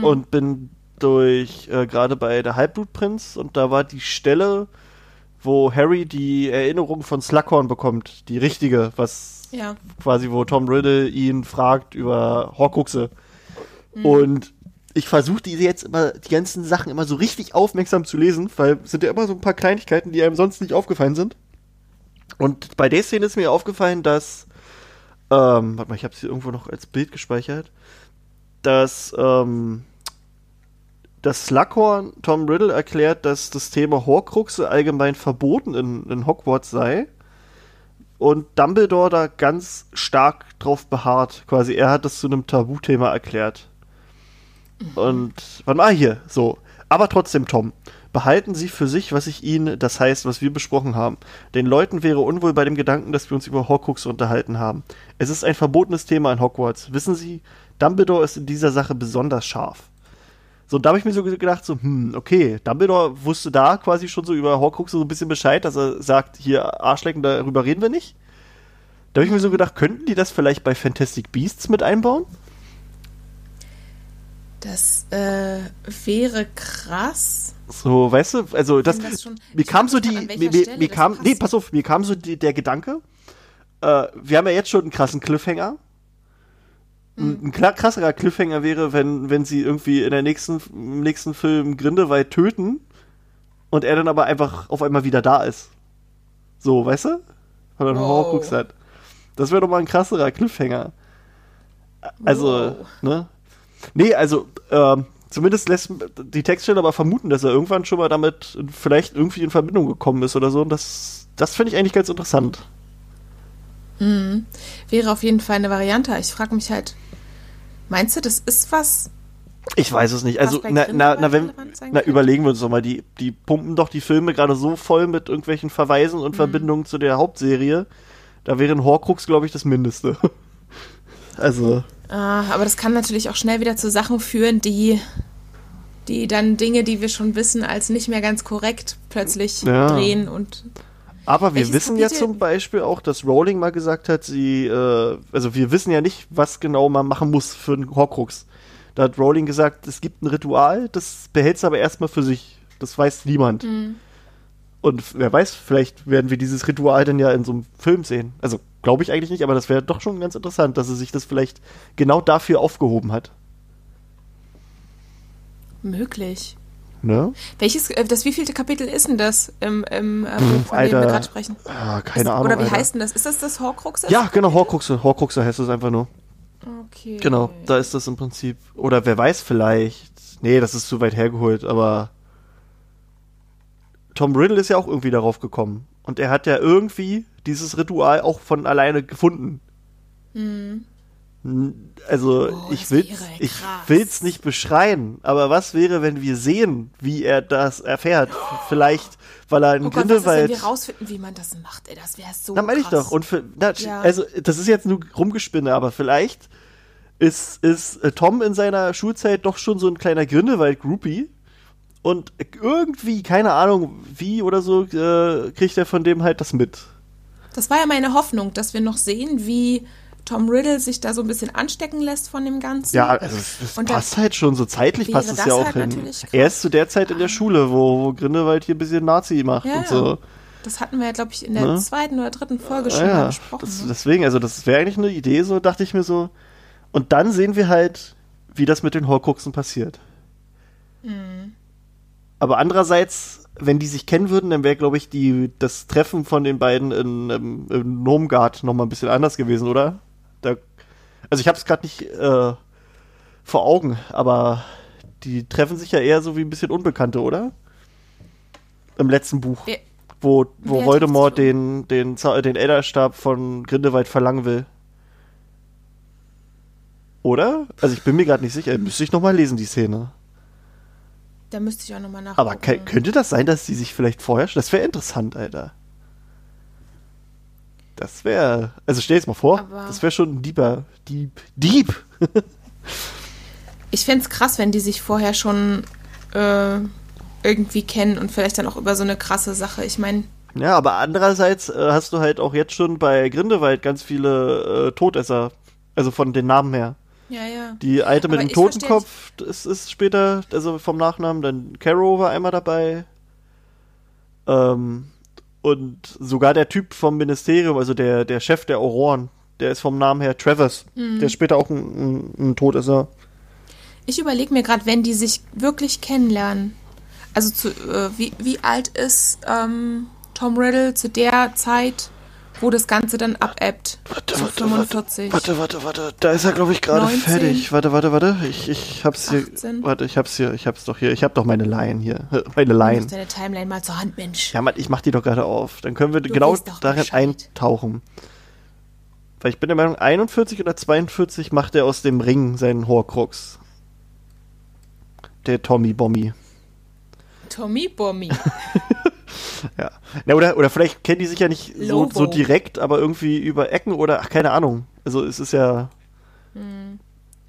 [SPEAKER 1] und bin durch, äh, gerade bei der Halbblutprinz und da war die Stelle, wo Harry die Erinnerung von Slughorn bekommt, die richtige, was
[SPEAKER 2] Ja.
[SPEAKER 1] quasi, wo Tom Riddle ihn fragt über Horcruxe. Und ich versuche diese jetzt immer, die ganzen Sachen immer so richtig aufmerksam zu lesen, weil es sind ja immer so ein paar Kleinigkeiten, die einem sonst nicht aufgefallen sind. Und bei der Szene ist mir aufgefallen, dass, ähm, warte mal, ich habe hier irgendwo noch als Bild gespeichert, dass, ähm, dass Slughorn Tom Riddle erklärt, dass das Thema Horcruxe allgemein verboten in, in Hogwarts sei und Dumbledore da ganz stark drauf beharrt. Quasi, er hat das zu einem Tabuthema erklärt. Und wann war hier? So. Aber trotzdem, Tom, behalten Sie für sich, was ich Ihnen, das heißt, was wir besprochen haben. Den Leuten wäre unwohl bei dem Gedanken, dass wir uns über Horcruxe unterhalten haben. Es ist ein verbotenes Thema in Hogwarts. Wissen Sie, Dumbledore ist in dieser Sache besonders scharf. So, da habe ich mir so ge- gedacht, so, hm, okay, Dumbledore wusste da quasi schon so über Horcrux so ein bisschen Bescheid, dass er sagt, hier Arschlecken, darüber reden wir nicht. Da habe ich mir so gedacht, könnten die das vielleicht bei Fantastic Beasts mit einbauen?
[SPEAKER 2] Das äh, wäre krass.
[SPEAKER 1] So, weißt du, also das,
[SPEAKER 2] das schon-
[SPEAKER 1] mir
[SPEAKER 2] ich
[SPEAKER 1] kam
[SPEAKER 2] weiß
[SPEAKER 1] so
[SPEAKER 2] nicht,
[SPEAKER 1] die,
[SPEAKER 2] an welcher
[SPEAKER 1] mir, mir,
[SPEAKER 2] Stelle
[SPEAKER 1] mir
[SPEAKER 2] das
[SPEAKER 1] kam,
[SPEAKER 2] passt.
[SPEAKER 1] nee, pass auf, mir kam so die, der Gedanke, äh, wir haben ja jetzt schon einen krassen Cliffhanger.
[SPEAKER 2] Mhm.
[SPEAKER 1] Ein, ein klar- krasserer Cliffhanger wäre, wenn, wenn sie irgendwie in der nächsten, im nächsten Film Grindelwald töten und er dann aber einfach auf einmal wieder da ist. So, weißt du? Weil er einen
[SPEAKER 2] Wow.
[SPEAKER 1] Horcrux hat. Das wäre doch mal ein krasserer Cliffhanger. Also,
[SPEAKER 2] Wow.
[SPEAKER 1] ne? Nee, also, ähm, zumindest lässt die Textstelle aber vermuten, dass er irgendwann schon mal damit vielleicht irgendwie in Verbindung gekommen ist oder so. Und das, das finde ich eigentlich ganz interessant.
[SPEAKER 2] Wäre auf jeden Fall eine Variante. Ich frage mich halt, meinst du, das ist was?
[SPEAKER 1] Ich weiß es nicht.
[SPEAKER 2] Was
[SPEAKER 1] Also,
[SPEAKER 2] bei
[SPEAKER 1] na, na,
[SPEAKER 2] Grindelwald
[SPEAKER 1] na, wenn,
[SPEAKER 2] relevant sein
[SPEAKER 1] na
[SPEAKER 2] könnte?
[SPEAKER 1] überlegen wir uns doch mal, die, die pumpen doch die Filme gerade so voll mit irgendwelchen Verweisen
[SPEAKER 2] Mhm.
[SPEAKER 1] und Verbindungen zu der Hauptserie. Da wäre ein Horcrux, glaube ich, das Mindeste. also,
[SPEAKER 2] Ah, aber das kann natürlich auch schnell wieder zu Sachen führen, die, die dann Dinge, die wir schon wissen, als nicht mehr ganz korrekt plötzlich
[SPEAKER 1] Ja.
[SPEAKER 2] drehen und
[SPEAKER 1] aber wir
[SPEAKER 2] Welches
[SPEAKER 1] wissen ja
[SPEAKER 2] Kapitel-
[SPEAKER 1] zum Beispiel auch, dass Rowling mal gesagt hat, sie, äh, also wir wissen ja nicht, was genau man machen muss für einen Horcrux. Da hat Rowling gesagt, es gibt ein Ritual, das behältst du aber erstmal für sich. Das weiß niemand.
[SPEAKER 2] Hm.
[SPEAKER 1] Und wer weiß, vielleicht werden wir dieses Ritual dann ja in so einem Film sehen. Also glaube ich eigentlich nicht, aber das wäre doch schon ganz interessant, dass sie sich das vielleicht genau dafür aufgehoben hat.
[SPEAKER 2] möglich.
[SPEAKER 1] Ne?
[SPEAKER 2] Welches, äh, das wievielte Kapitel ist denn das im, im äh, Buch, von dem
[SPEAKER 1] Alter.
[SPEAKER 2] wir gerade sprechen?
[SPEAKER 1] Ah,
[SPEAKER 2] Ist-
[SPEAKER 1] keine Ahnung.
[SPEAKER 2] Oder wie
[SPEAKER 1] Alter.
[SPEAKER 2] heißt denn das? Ist das das Horcrux?
[SPEAKER 1] Ja, genau, Horcruxe. Horcruxe heißt es einfach nur.
[SPEAKER 2] Okay.
[SPEAKER 1] Genau, da ist das im Prinzip. Oder wer weiß vielleicht. Nee, das ist zu weit hergeholt, aber Tom Riddle ist ja auch irgendwie darauf gekommen. Und er hat ja irgendwie dieses Ritual auch von alleine gefunden. Also
[SPEAKER 2] Hm. Oh,
[SPEAKER 1] ich
[SPEAKER 2] das
[SPEAKER 1] will
[SPEAKER 2] wäre
[SPEAKER 1] ich
[SPEAKER 2] krass.
[SPEAKER 1] will's nicht beschreien, aber was wäre, wenn wir sehen, wie er das erfährt? Vielleicht, weil er in
[SPEAKER 2] Oh Gott, was ist, wenn
[SPEAKER 1] Grindelwald.
[SPEAKER 2] wir rausfinden, wie man das macht? Ey, das wäre so
[SPEAKER 1] Na, meine ich
[SPEAKER 2] Oh, krass.
[SPEAKER 1] doch. Und für, na,
[SPEAKER 2] Ja.
[SPEAKER 1] Also, das ist jetzt nur rumgespinne, aber vielleicht ist, ist äh, Tom in seiner Schulzeit doch schon so ein kleiner Grindelwald-Groupie. Und irgendwie, keine Ahnung, wie oder so, äh, kriegt er von dem halt das mit.
[SPEAKER 2] Das war ja meine Hoffnung, dass wir noch sehen, wie Tom Riddle sich da so ein bisschen anstecken lässt von dem Ganzen.
[SPEAKER 1] Ja, also es, es
[SPEAKER 2] Und dann-
[SPEAKER 1] passt halt schon, so zeitlich
[SPEAKER 2] wäre
[SPEAKER 1] passt es
[SPEAKER 2] das
[SPEAKER 1] ja auch
[SPEAKER 2] halt
[SPEAKER 1] hin.
[SPEAKER 2] natürlich krass. Ah.
[SPEAKER 1] Er ist zu der Zeit in der Schule, wo, wo Grindelwald hier ein bisschen Nazi macht
[SPEAKER 2] Ja,
[SPEAKER 1] und so.
[SPEAKER 2] Das hatten wir ja, glaube ich, in der
[SPEAKER 1] Ne?
[SPEAKER 2] zweiten oder dritten Folge schon mal
[SPEAKER 1] Ja,
[SPEAKER 2] besprochen.
[SPEAKER 1] das,
[SPEAKER 2] ne?
[SPEAKER 1] deswegen, also das wäre eigentlich eine Idee, so dachte ich mir so. Und dann sehen wir halt, wie das mit den Horcruxen passiert.
[SPEAKER 2] Hm.
[SPEAKER 1] Aber andererseits, wenn die sich kennen würden, dann wäre, glaube ich, die, das Treffen von den beiden in, im, im Nomgard noch mal ein bisschen anders gewesen, oder? Da, also ich habe es gerade nicht äh, vor Augen, aber die treffen sich ja eher so wie ein bisschen Unbekannte, oder? Im letzten Buch
[SPEAKER 2] Wer-
[SPEAKER 1] wo, wo
[SPEAKER 2] Wer
[SPEAKER 1] Voldemort
[SPEAKER 2] trifft sich
[SPEAKER 1] den, den, Za- den Elderstab von Grindelwald verlangen will. Oder? Also ich bin mir gerade nicht sicher. Müsste ich nochmal lesen, die Szene.
[SPEAKER 2] Da müsste ich auch nochmal nachgucken.
[SPEAKER 1] Aber ke- könnte das sein, dass die sich vielleicht vorher... sch- Das wäre interessant, Alter. Das wäre... Also stell dir mal vor,
[SPEAKER 2] Aber-
[SPEAKER 1] das wäre schon ein Dieber. Dieb. Dieb!
[SPEAKER 2] Ich fände es krass, wenn die sich vorher schon äh, irgendwie kennen und vielleicht dann auch über so eine krasse Sache. Ich meine,
[SPEAKER 1] Ja, aber andererseits äh, hast du halt auch jetzt schon bei Grindelwald ganz viele äh, Todesser. Also von den Namen her.
[SPEAKER 2] ja, ja.
[SPEAKER 1] Die alte mit
[SPEAKER 2] Aber
[SPEAKER 1] dem
[SPEAKER 2] ich versteh
[SPEAKER 1] Totenkopf ist, ist später, also vom Nachnamen, dann Caro war einmal dabei. Ähm, und sogar der Typ vom Ministerium, also der, der Chef der Auroren, der ist vom Namen her Travers.
[SPEAKER 2] Mhm.
[SPEAKER 1] Der ist später auch ein, ein, ein Todesser.
[SPEAKER 2] Ich überlege mir gerade, wenn die sich wirklich kennenlernen. Also zu, äh, wie, wie alt ist ähm, Tom Riddle zu der Zeit, wo das Ganze dann abebbt? Zu 45.
[SPEAKER 1] warte, warte, warte. Da ist er, glaube ich, gerade
[SPEAKER 2] 19.
[SPEAKER 1] fertig. Warte, warte, warte. Ich, ich hab's hier.
[SPEAKER 2] 18.
[SPEAKER 1] Warte, ich hab's hier. Ich hab's doch hier. Ich hab doch meine Laien hier. Meine
[SPEAKER 2] Du
[SPEAKER 1] Laien.
[SPEAKER 2] musst deine Timeline mal zur Hand, Mensch.
[SPEAKER 1] Ja, Mann, ich mach die doch gerade auf. Dann können wir genau
[SPEAKER 2] weißt doch
[SPEAKER 1] darin
[SPEAKER 2] Bescheid.
[SPEAKER 1] eintauchen. Weil ich bin der Meinung, 41 oder 42 macht er aus dem Ring seinen Horcrux. Der Tommy Bommy.
[SPEAKER 2] Tommy Bommy.
[SPEAKER 1] Ja. Na, oder, oder vielleicht kennen die sich ja nicht so,
[SPEAKER 2] Lobo.
[SPEAKER 1] so direkt, aber irgendwie über Ecken oder ach, keine Ahnung. Also es ist ja.
[SPEAKER 2] Hm.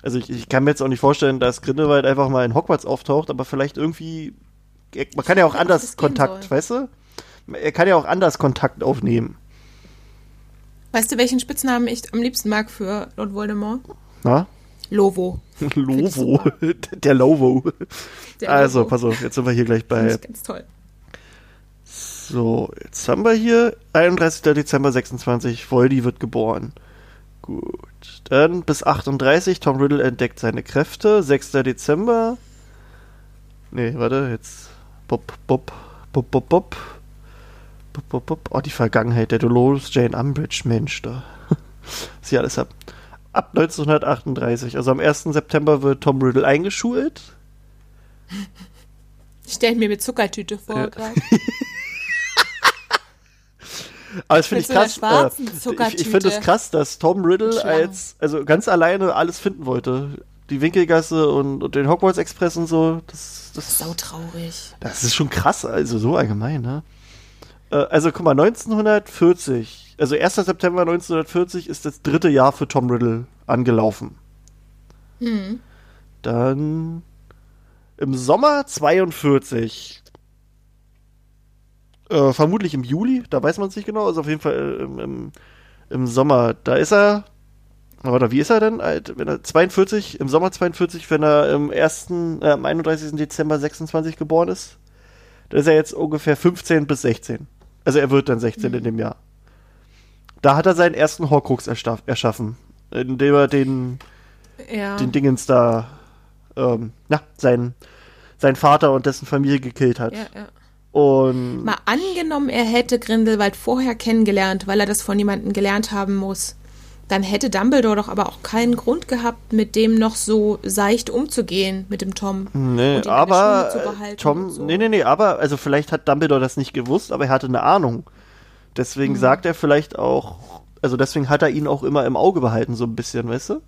[SPEAKER 1] Also ich, ich kann mir jetzt auch nicht vorstellen, dass Grindelwald einfach mal in Hogwarts auftaucht, aber vielleicht irgendwie. Man kann ja auch
[SPEAKER 2] weiß nicht, was
[SPEAKER 1] anders
[SPEAKER 2] das gehen
[SPEAKER 1] Kontakt,
[SPEAKER 2] soll.
[SPEAKER 1] weißt du? Er kann ja auch anders Kontakt aufnehmen.
[SPEAKER 2] Weißt du, welchen Spitznamen ich am liebsten mag für Lord Voldemort?
[SPEAKER 1] Na?
[SPEAKER 2] Lovo. ich
[SPEAKER 1] Lovo.
[SPEAKER 2] super.
[SPEAKER 1] Der Lovo.
[SPEAKER 2] Der
[SPEAKER 1] also,
[SPEAKER 2] Lovo.
[SPEAKER 1] pass auf, jetzt sind wir hier gleich
[SPEAKER 2] Finde
[SPEAKER 1] bei.
[SPEAKER 2] ich ganz toll.
[SPEAKER 1] So, jetzt haben wir hier 31. Dezember 26. Voldy wird geboren. Gut. Dann bis 38. Tom Riddle entdeckt seine Kräfte. 6. Dezember. Nee, warte, jetzt. Bop, bop, bop, bop, bop. Bop, bop, bop. Oh, die Vergangenheit der Dolores Jane Umbridge, Mensch, da. Sieh alles ab. Ab 1938, also am 1. September wird Tom Riddle eingeschult.
[SPEAKER 2] Ich stelle mir mit Zuckertüte vor.
[SPEAKER 1] Ja.
[SPEAKER 2] grad.
[SPEAKER 1] Aber das finde
[SPEAKER 2] Mit
[SPEAKER 1] ich
[SPEAKER 2] so einer
[SPEAKER 1] krass.
[SPEAKER 2] schwarzen
[SPEAKER 1] äh, ich
[SPEAKER 2] Zuckertüte.
[SPEAKER 1] ich finde es krass, dass Tom Riddle
[SPEAKER 2] Schlangen.
[SPEAKER 1] als, also ganz alleine alles finden wollte. Die Winkelgasse und, und den Hogwarts Express und so. Das, das,
[SPEAKER 2] Sautraurig.
[SPEAKER 1] das ist schon krass, also so allgemein, ne? Äh, Also guck mal, 1940, also 1. September 1940 ist das dritte Jahr für Tom Riddle angelaufen.
[SPEAKER 2] Hm.
[SPEAKER 1] Dann im Sommer 42. Äh, vermutlich im Juli, da weiß man es nicht genau. Also auf jeden Fall äh, im, im, im Sommer. Da ist er. Oder wie ist er denn? alt? Wenn er 42, im Sommer 42, wenn er im 1., äh, am 31. Dezember 26 geboren ist, dann ist er jetzt ungefähr 15 bis 16. Also er wird dann 16 in dem Jahr. Da hat er seinen ersten Horcrux erstaff- erschaffen, indem er den
[SPEAKER 2] Ja.
[SPEAKER 1] den Dingens da, ähm, na, seinen, seinen Vater und dessen Familie gekillt hat.
[SPEAKER 2] ja, ja.
[SPEAKER 1] Und
[SPEAKER 2] Mal angenommen, er hätte Grindelwald vorher kennengelernt, weil er das von jemandem gelernt haben muss. Dann hätte Dumbledore doch aber auch keinen Grund gehabt, mit dem noch so seicht umzugehen, mit dem Tom.
[SPEAKER 1] nee,
[SPEAKER 2] und ihn in
[SPEAKER 1] ne,
[SPEAKER 2] der
[SPEAKER 1] aber
[SPEAKER 2] Schule zu
[SPEAKER 1] äh,
[SPEAKER 2] behalten
[SPEAKER 1] Tom,
[SPEAKER 2] und so.
[SPEAKER 1] nee, nee, nee, aber also vielleicht hat Dumbledore das nicht gewusst, aber er hatte eine Ahnung.
[SPEAKER 2] Mhm.
[SPEAKER 1] Deswegen sagt er vielleicht auch, also deswegen hat er ihn auch immer im Auge behalten so ein bisschen, weißt du?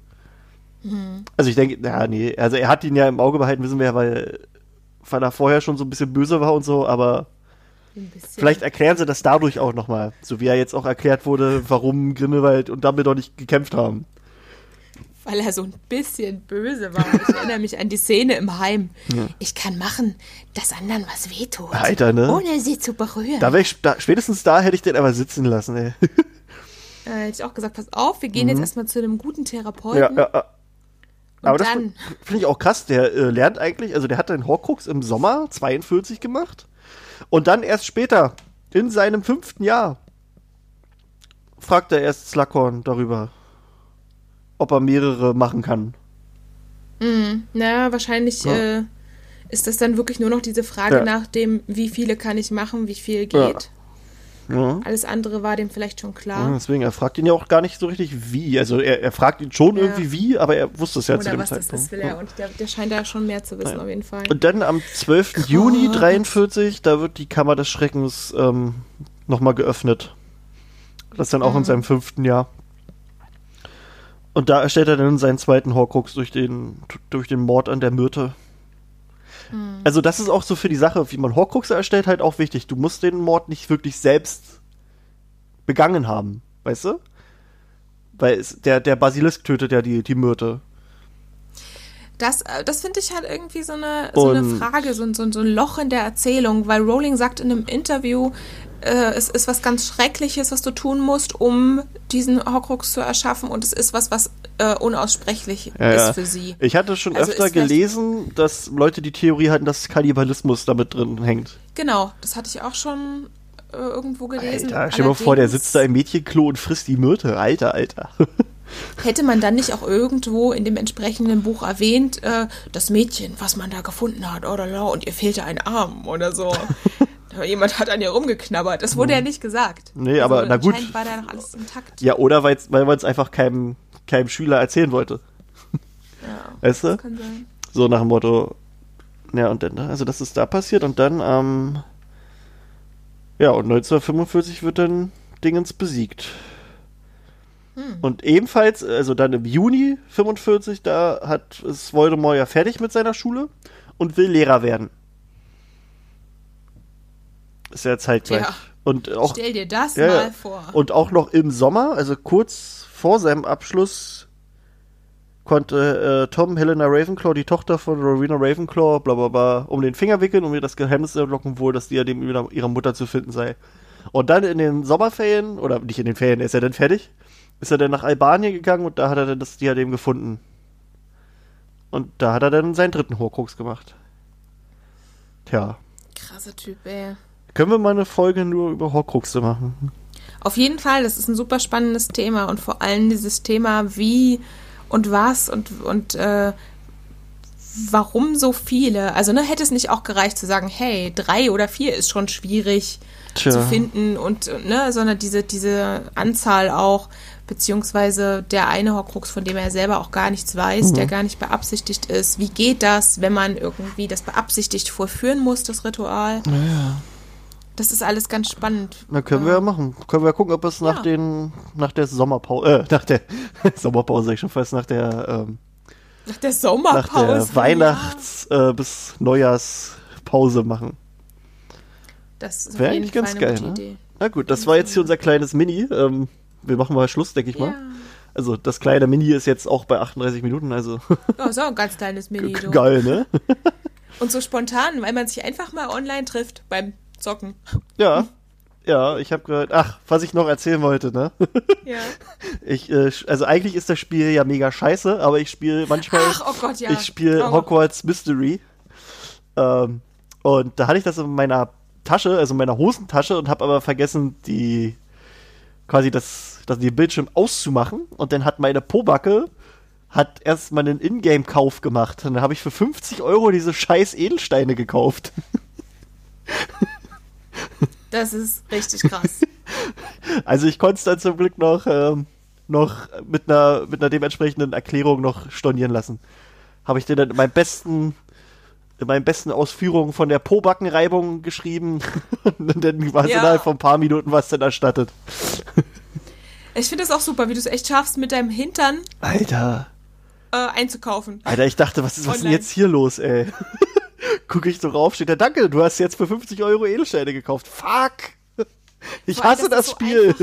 [SPEAKER 2] Mhm.
[SPEAKER 1] Also ich denke, ja, nee, also er hat ihn ja im Auge behalten, wissen wir ja, weil, weil er vorher schon so ein bisschen böse war und so, aber
[SPEAKER 2] Ein bisschen.
[SPEAKER 1] vielleicht erklären sie das dadurch auch nochmal. So wie er jetzt auch erklärt wurde, warum Grindelwald und Dumbledore nicht gekämpft haben.
[SPEAKER 2] Weil er so ein bisschen böse war. Ich erinnere mich an die Szene im Heim. Ich kann machen, dass anderen was wehtut.
[SPEAKER 1] Alter, ne?
[SPEAKER 2] Ohne sie zu berühren.
[SPEAKER 1] Da wär ich, da, spätestens da hätte ich den aber sitzen lassen, ey.
[SPEAKER 2] äh, hätte ich auch gesagt, pass auf, wir gehen jetzt erstmal zu einem guten Therapeuten.
[SPEAKER 1] Mhm. ja, ja, ja. Aber das
[SPEAKER 2] dann?
[SPEAKER 1] finde ich auch krass. Der äh, lernt eigentlich, also der hat den Horcrux im Sommer 42 gemacht und dann erst später, in seinem fünften Jahr, fragt er erst Slughorn darüber, ob er mehrere machen kann.
[SPEAKER 2] Na, wahrscheinlich
[SPEAKER 1] Ja.
[SPEAKER 2] äh, ist das dann wirklich nur noch diese Frage
[SPEAKER 1] Ja.
[SPEAKER 2] nach dem, wie viele kann ich machen, wie viel
[SPEAKER 1] Ja.
[SPEAKER 2] geht.
[SPEAKER 1] Ja.
[SPEAKER 2] Alles andere war dem vielleicht schon klar.
[SPEAKER 1] Ja, Deswegen, er fragt ihn ja auch gar nicht so richtig wie. Also er, er fragt ihn schon
[SPEAKER 2] Ja.
[SPEAKER 1] irgendwie wie, aber er wusste es ja zu
[SPEAKER 2] Oder
[SPEAKER 1] dem
[SPEAKER 2] was das
[SPEAKER 1] Zeitpunkt.
[SPEAKER 2] ist, will er. Und der, der scheint da schon mehr zu wissen, auf jeden Fall.
[SPEAKER 1] Und dann am 12. Juni 43, da wird die Kammer des Schreckens ähm, nochmal geöffnet. Das ist dann auch in seinem fünften Jahr. Und da erstellt er dann seinen zweiten Horcrux durch den, durch den Mord an der Myrte. Also das ist auch so für die Sache, wie man Horcruxe erstellt, halt auch wichtig. Du musst den Mord nicht wirklich selbst begangen haben, weißt du? Weil es, der, der Basilisk tötet ja die, die Myrte.
[SPEAKER 2] Das, äh, das finde ich halt irgendwie so eine, so eine
[SPEAKER 1] Und-
[SPEAKER 2] Frage, so, ein- so, ein- so ein Loch in der Erzählung, weil Rowling sagt in einem Interview, äh, es ist was ganz Schreckliches, was du tun musst, um diesen Horcrux zu erschaffen und es ist was, was äh, unaussprechlich
[SPEAKER 1] Ja,
[SPEAKER 2] ist
[SPEAKER 1] ja.
[SPEAKER 2] für sie.
[SPEAKER 1] Ich hatte schon
[SPEAKER 2] Also
[SPEAKER 1] öfter
[SPEAKER 2] ist vielleicht-
[SPEAKER 1] gelesen, dass Leute die Theorie hatten, dass Kannibalismus damit drin hängt.
[SPEAKER 2] Genau, das hatte ich auch schon äh, irgendwo gelesen.
[SPEAKER 1] Alter, stell dir mal vor, der
[SPEAKER 2] Allerdings
[SPEAKER 1] sitzt da im Mädchenklo und frisst die Myrte. Alter, Alter.
[SPEAKER 2] Hätte man dann nicht auch irgendwo in dem entsprechenden Buch erwähnt, äh, das Mädchen, was man da gefunden hat, oder la, und ihr fehlte ein Arm oder so. Jemand hat an ihr rumgeknabbert. Das wurde ja nicht gesagt.
[SPEAKER 1] Mhm.
[SPEAKER 2] Also
[SPEAKER 1] Nee, aber na gut.
[SPEAKER 2] anscheinend war da noch alles intakt.
[SPEAKER 1] Ja, oder weil's- weil man es einfach keinem, keinem Schüler erzählen wollte.
[SPEAKER 2] Ja,
[SPEAKER 1] Weißt du?
[SPEAKER 2] das kann sein.
[SPEAKER 1] So nach dem Motto. Ja, und dann, also das ist da passiert und dann, ähm. Ja, und 1945 wird dann Dingens besiegt. Und ebenfalls, also dann im Juni 45, da hat ist Voldemort ja fertig mit seiner Schule und will Lehrer werden. Ist ja zeitgleich.
[SPEAKER 2] Tja.
[SPEAKER 1] Und auch
[SPEAKER 2] Stell dir das
[SPEAKER 1] ja, ja.
[SPEAKER 2] mal vor.
[SPEAKER 1] Und auch noch im Sommer, also kurz vor seinem Abschluss, konnte äh, Tom Helena Ravenclaw, die Tochter von Rowena Ravenclaw, bla bla bla, um den Finger wickeln, um ihr das Geheimnis zu erlocken, wohl das Diadem ihrer ihrer Mutter zu finden sei. Und dann in den Sommerferien, oder nicht in den Ferien, er ist ja dann fertig, ist er dann nach Albanien gegangen und da hat er dann das Diadem gefunden. Und da hat er dann seinen dritten Horcrux gemacht. Tja.
[SPEAKER 2] Krasser Typ, ey.
[SPEAKER 1] Können wir mal eine Folge nur über Horcruxe machen?
[SPEAKER 2] Auf jeden Fall, das ist ein super spannendes Thema und vor allem dieses Thema, wie und was und, und äh, warum so viele. Also ne, hätte es nicht auch gereicht zu sagen, hey, drei oder vier ist schon schwierig
[SPEAKER 1] Tja.
[SPEAKER 2] zu finden und äh, ne, sondern diese, diese Anzahl auch, beziehungsweise der eine Horcrux, von dem er selber auch gar nichts weiß, der gar nicht beabsichtigt ist. Wie geht das, wenn man irgendwie das beabsichtigt vorführen muss, das Ritual? Naja. Das ist alles ganz spannend.
[SPEAKER 1] Na, können wir ja machen. Können wir ja gucken, ob es nach
[SPEAKER 2] Ja.
[SPEAKER 1] den, nach der Sommerpause, äh, nach der Sommerpause, sag ich schon fast, nach der, ähm,
[SPEAKER 2] Nach der
[SPEAKER 1] nach
[SPEAKER 2] Sommerpause.
[SPEAKER 1] der Weihnachts- äh, bis Neujahrspause machen.
[SPEAKER 2] Ja, das ist auf
[SPEAKER 1] Wäre
[SPEAKER 2] jeden
[SPEAKER 1] eigentlich ganz
[SPEAKER 2] Fall eine
[SPEAKER 1] geil,
[SPEAKER 2] gute
[SPEAKER 1] ne?
[SPEAKER 2] Idee.
[SPEAKER 1] Na gut, das war jetzt hier unser kleines Mini. Ähm, wir machen mal Schluss, denke ich mal. Also, das kleine Mini ist jetzt auch bei 38 Minuten, also
[SPEAKER 2] Ja, ja so ein ganz kleines Mini. du.
[SPEAKER 1] geil, ne?
[SPEAKER 2] Und so spontan, weil man sich einfach mal online trifft beim Zocken.
[SPEAKER 1] Ja. Ja, ich habe gehört, ach, was ich noch erzählen wollte, ne?
[SPEAKER 2] Ja.
[SPEAKER 1] Ich, äh, sch- also eigentlich ist das Spiel ja mega scheiße, aber ich spiele manchmal.
[SPEAKER 2] Ach, oh Gott, ja.
[SPEAKER 1] Ich spiele
[SPEAKER 2] Oh.
[SPEAKER 1] Hogwarts Mystery. Ähm, und da hatte ich das in meiner Tasche, also in meiner Hosentasche, und habe aber vergessen, die quasi das, das den Bildschirm auszumachen. Und dann hat meine Pobacke hat erstmal einen Ingame-Kauf gemacht. Und dann habe ich für 50 Euro diese scheiß Edelsteine gekauft.
[SPEAKER 2] Das ist richtig krass.
[SPEAKER 1] Also ich konnte es dann zum Glück noch, ähm, noch mit einer, mit einer dementsprechenden Erklärung noch stornieren lassen. Habe ich dir dann in meinem besten, in meinen besten Ausführungen von der Pobackenreibung geschrieben und dann war es
[SPEAKER 2] Ja.
[SPEAKER 1] innerhalb von ein paar Minuten was dann erstattet.
[SPEAKER 2] Ich finde das auch super, wie du es echt schaffst, mit deinem Hintern
[SPEAKER 1] Alter.
[SPEAKER 2] äh, einzukaufen.
[SPEAKER 1] Alter, ich dachte, was ist, was ist denn
[SPEAKER 2] Online.
[SPEAKER 1] jetzt hier los, ey? Gucke ich so rauf, steht da, danke, du hast jetzt für 50 Euro Edelsteine gekauft. Fuck! Ich
[SPEAKER 2] Vor allem,
[SPEAKER 1] hasse
[SPEAKER 2] das
[SPEAKER 1] das,
[SPEAKER 2] ist so
[SPEAKER 1] Spiel.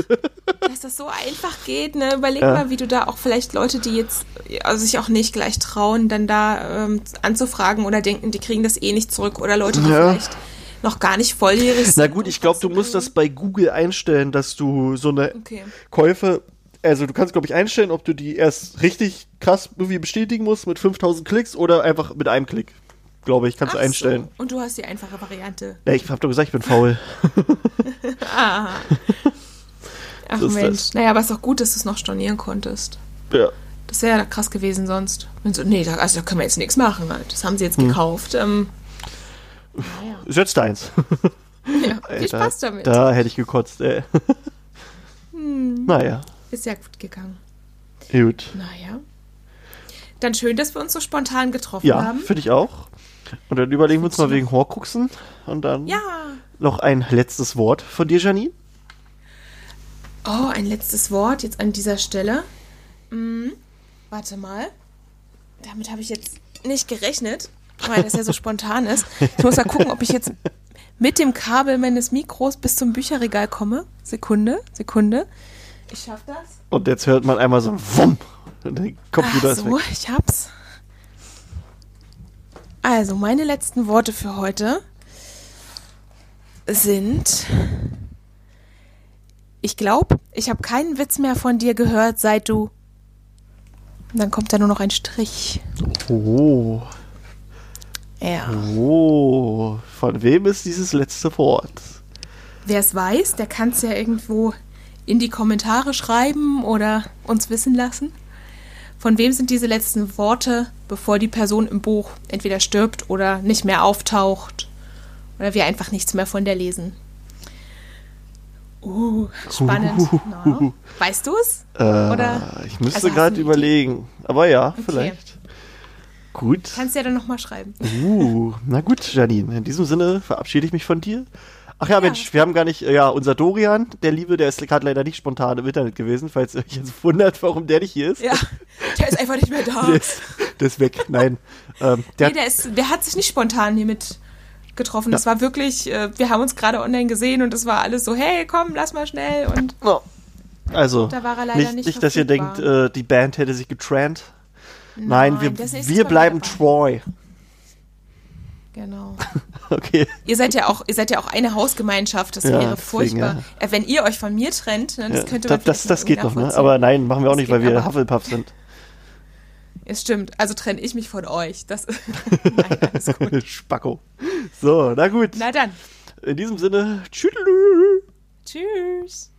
[SPEAKER 2] Dass das so einfach geht, ne? Überleg
[SPEAKER 1] Ja.
[SPEAKER 2] mal, wie du da auch vielleicht Leute, die jetzt also sich auch nicht gleich trauen, dann da ähm, anzufragen oder denken, die kriegen das eh nicht zurück oder Leute, die
[SPEAKER 1] Ja.
[SPEAKER 2] vielleicht noch gar nicht volljährig sind.
[SPEAKER 1] Na gut, ich glaube, du
[SPEAKER 2] und
[SPEAKER 1] musst das bei Google einstellen, dass du so eine
[SPEAKER 2] Okay.
[SPEAKER 1] Käufe, also du kannst, glaube ich, einstellen, ob du die erst richtig krass irgendwie bestätigen musst mit 5000 Klicks oder einfach mit einem Klick. Glaube ich, kannst du
[SPEAKER 2] Ach so.
[SPEAKER 1] einstellen.
[SPEAKER 2] Und du hast die einfache Variante.
[SPEAKER 1] Ja, ich hab doch gesagt, ich bin faul.
[SPEAKER 2] Ah. Ach
[SPEAKER 1] So ist
[SPEAKER 2] Mensch.
[SPEAKER 1] das.
[SPEAKER 2] Naja, aber ist doch gut, dass du es noch stornieren konntest.
[SPEAKER 1] ja.
[SPEAKER 2] Das wäre ja krass gewesen sonst. Wenn so, nee, da, also da können wir jetzt nichts machen. Halt. Das haben sie
[SPEAKER 1] Hm.
[SPEAKER 2] jetzt gekauft. Ähm, naja.
[SPEAKER 1] Ist jetzt deins.
[SPEAKER 2] Ja, viel
[SPEAKER 1] Alter,
[SPEAKER 2] Spaß damit. Hm.
[SPEAKER 1] Da hätte ich gekotzt, ey. Naja,
[SPEAKER 2] Ist ja gut gegangen.
[SPEAKER 1] gut.
[SPEAKER 2] Naja. Dann schön, dass wir uns so spontan getroffen
[SPEAKER 1] Ja,
[SPEAKER 2] haben.
[SPEAKER 1] finde ich auch. Und dann überlegen wir uns mal wegen Horcruxen und dann
[SPEAKER 2] Ja.
[SPEAKER 1] noch ein letztes Wort von dir, Janine.
[SPEAKER 2] Oh, ein letztes Wort jetzt an dieser Stelle. Hm, warte mal. Damit habe ich jetzt nicht gerechnet, weil das ja so spontan ist. Ich muss mal gucken, ob ich jetzt mit dem Kabel meines Mikros bis zum Bücherregal komme. Sekunde, Sekunde. Ich schaffe das.
[SPEAKER 1] Und jetzt hört man einmal so ein Wumm. Und der Computer
[SPEAKER 2] Ach
[SPEAKER 1] ist
[SPEAKER 2] so,
[SPEAKER 1] weg.
[SPEAKER 2] ich hab's. Also, meine letzten Worte für heute sind. Ich glaube, ich habe keinen Witz mehr von dir gehört, seit du. Und dann kommt da nur noch ein Strich.
[SPEAKER 1] Oh,
[SPEAKER 2] Ja.
[SPEAKER 1] oh. Von wem ist dieses letzte Wort?
[SPEAKER 2] Wer es weiß, der kann es ja irgendwo in die Kommentare schreiben oder uns wissen lassen. Von wem sind diese letzten Worte, bevor die Person im Buch entweder stirbt oder nicht mehr auftaucht oder wir einfach nichts mehr von der lesen? Uh, spannend. Na, weißt du es? Oder-
[SPEAKER 1] äh, ich müsste
[SPEAKER 2] also hast du
[SPEAKER 1] gerade
[SPEAKER 2] eine
[SPEAKER 1] überlegen. Aber ja, vielleicht. Gut.
[SPEAKER 2] Kannst ja dann nochmal schreiben.
[SPEAKER 1] Uh, na gut, Janine, in diesem Sinne verabschiede ich mich von dir. Ach ja, Mensch, wir haben gar nicht, äh, ja, unser Dorian, der Liebe, der ist gerade leider nicht spontan im Internet gewesen, falls ihr euch jetzt wundert, warum der nicht hier ist.
[SPEAKER 2] Ja, der ist einfach nicht mehr da.
[SPEAKER 1] Der ist, der ist weg, nein. Ähm, der,
[SPEAKER 2] Nee, der, ist, der hat sich nicht spontan hier mit getroffen. Das war wirklich, äh, wir haben uns gerade online gesehen und es war alles so, hey, komm, lass mal schnell und
[SPEAKER 1] oh, also,
[SPEAKER 2] Da war er leider
[SPEAKER 1] nicht,
[SPEAKER 2] nicht
[SPEAKER 1] nicht, dass ihr
[SPEAKER 2] verfügbar.
[SPEAKER 1] denkt, äh, die Band hätte sich getrennt. Nein, wir,
[SPEAKER 2] das nächste
[SPEAKER 1] wir
[SPEAKER 2] Mal
[SPEAKER 1] bleiben
[SPEAKER 2] wieder
[SPEAKER 1] Troy.
[SPEAKER 2] Genau.
[SPEAKER 1] Okay,
[SPEAKER 2] Ihr seid ja auch, ihr seid ja auch eine Hausgemeinschaft, das
[SPEAKER 1] Ja,
[SPEAKER 2] wäre
[SPEAKER 1] deswegen,
[SPEAKER 2] furchtbar. Äh, Wenn ihr euch von mir trennt, ne, das
[SPEAKER 1] ja,
[SPEAKER 2] könnte man
[SPEAKER 1] das, das,
[SPEAKER 2] vielleicht
[SPEAKER 1] das geht noch,
[SPEAKER 2] irgendwie
[SPEAKER 1] ne? Aber nein, machen wir auch
[SPEAKER 2] Das
[SPEAKER 1] nicht, weil
[SPEAKER 2] geht
[SPEAKER 1] wir
[SPEAKER 2] aber.
[SPEAKER 1] Hufflepuff sind.
[SPEAKER 2] nachvollziehen. Es stimmt, also trenne ich mich von euch. Das nein, alles gut.
[SPEAKER 1] Spacko. So, na gut.
[SPEAKER 2] Na dann,
[SPEAKER 1] In diesem Sinne, tschüdelü.
[SPEAKER 2] tschüss.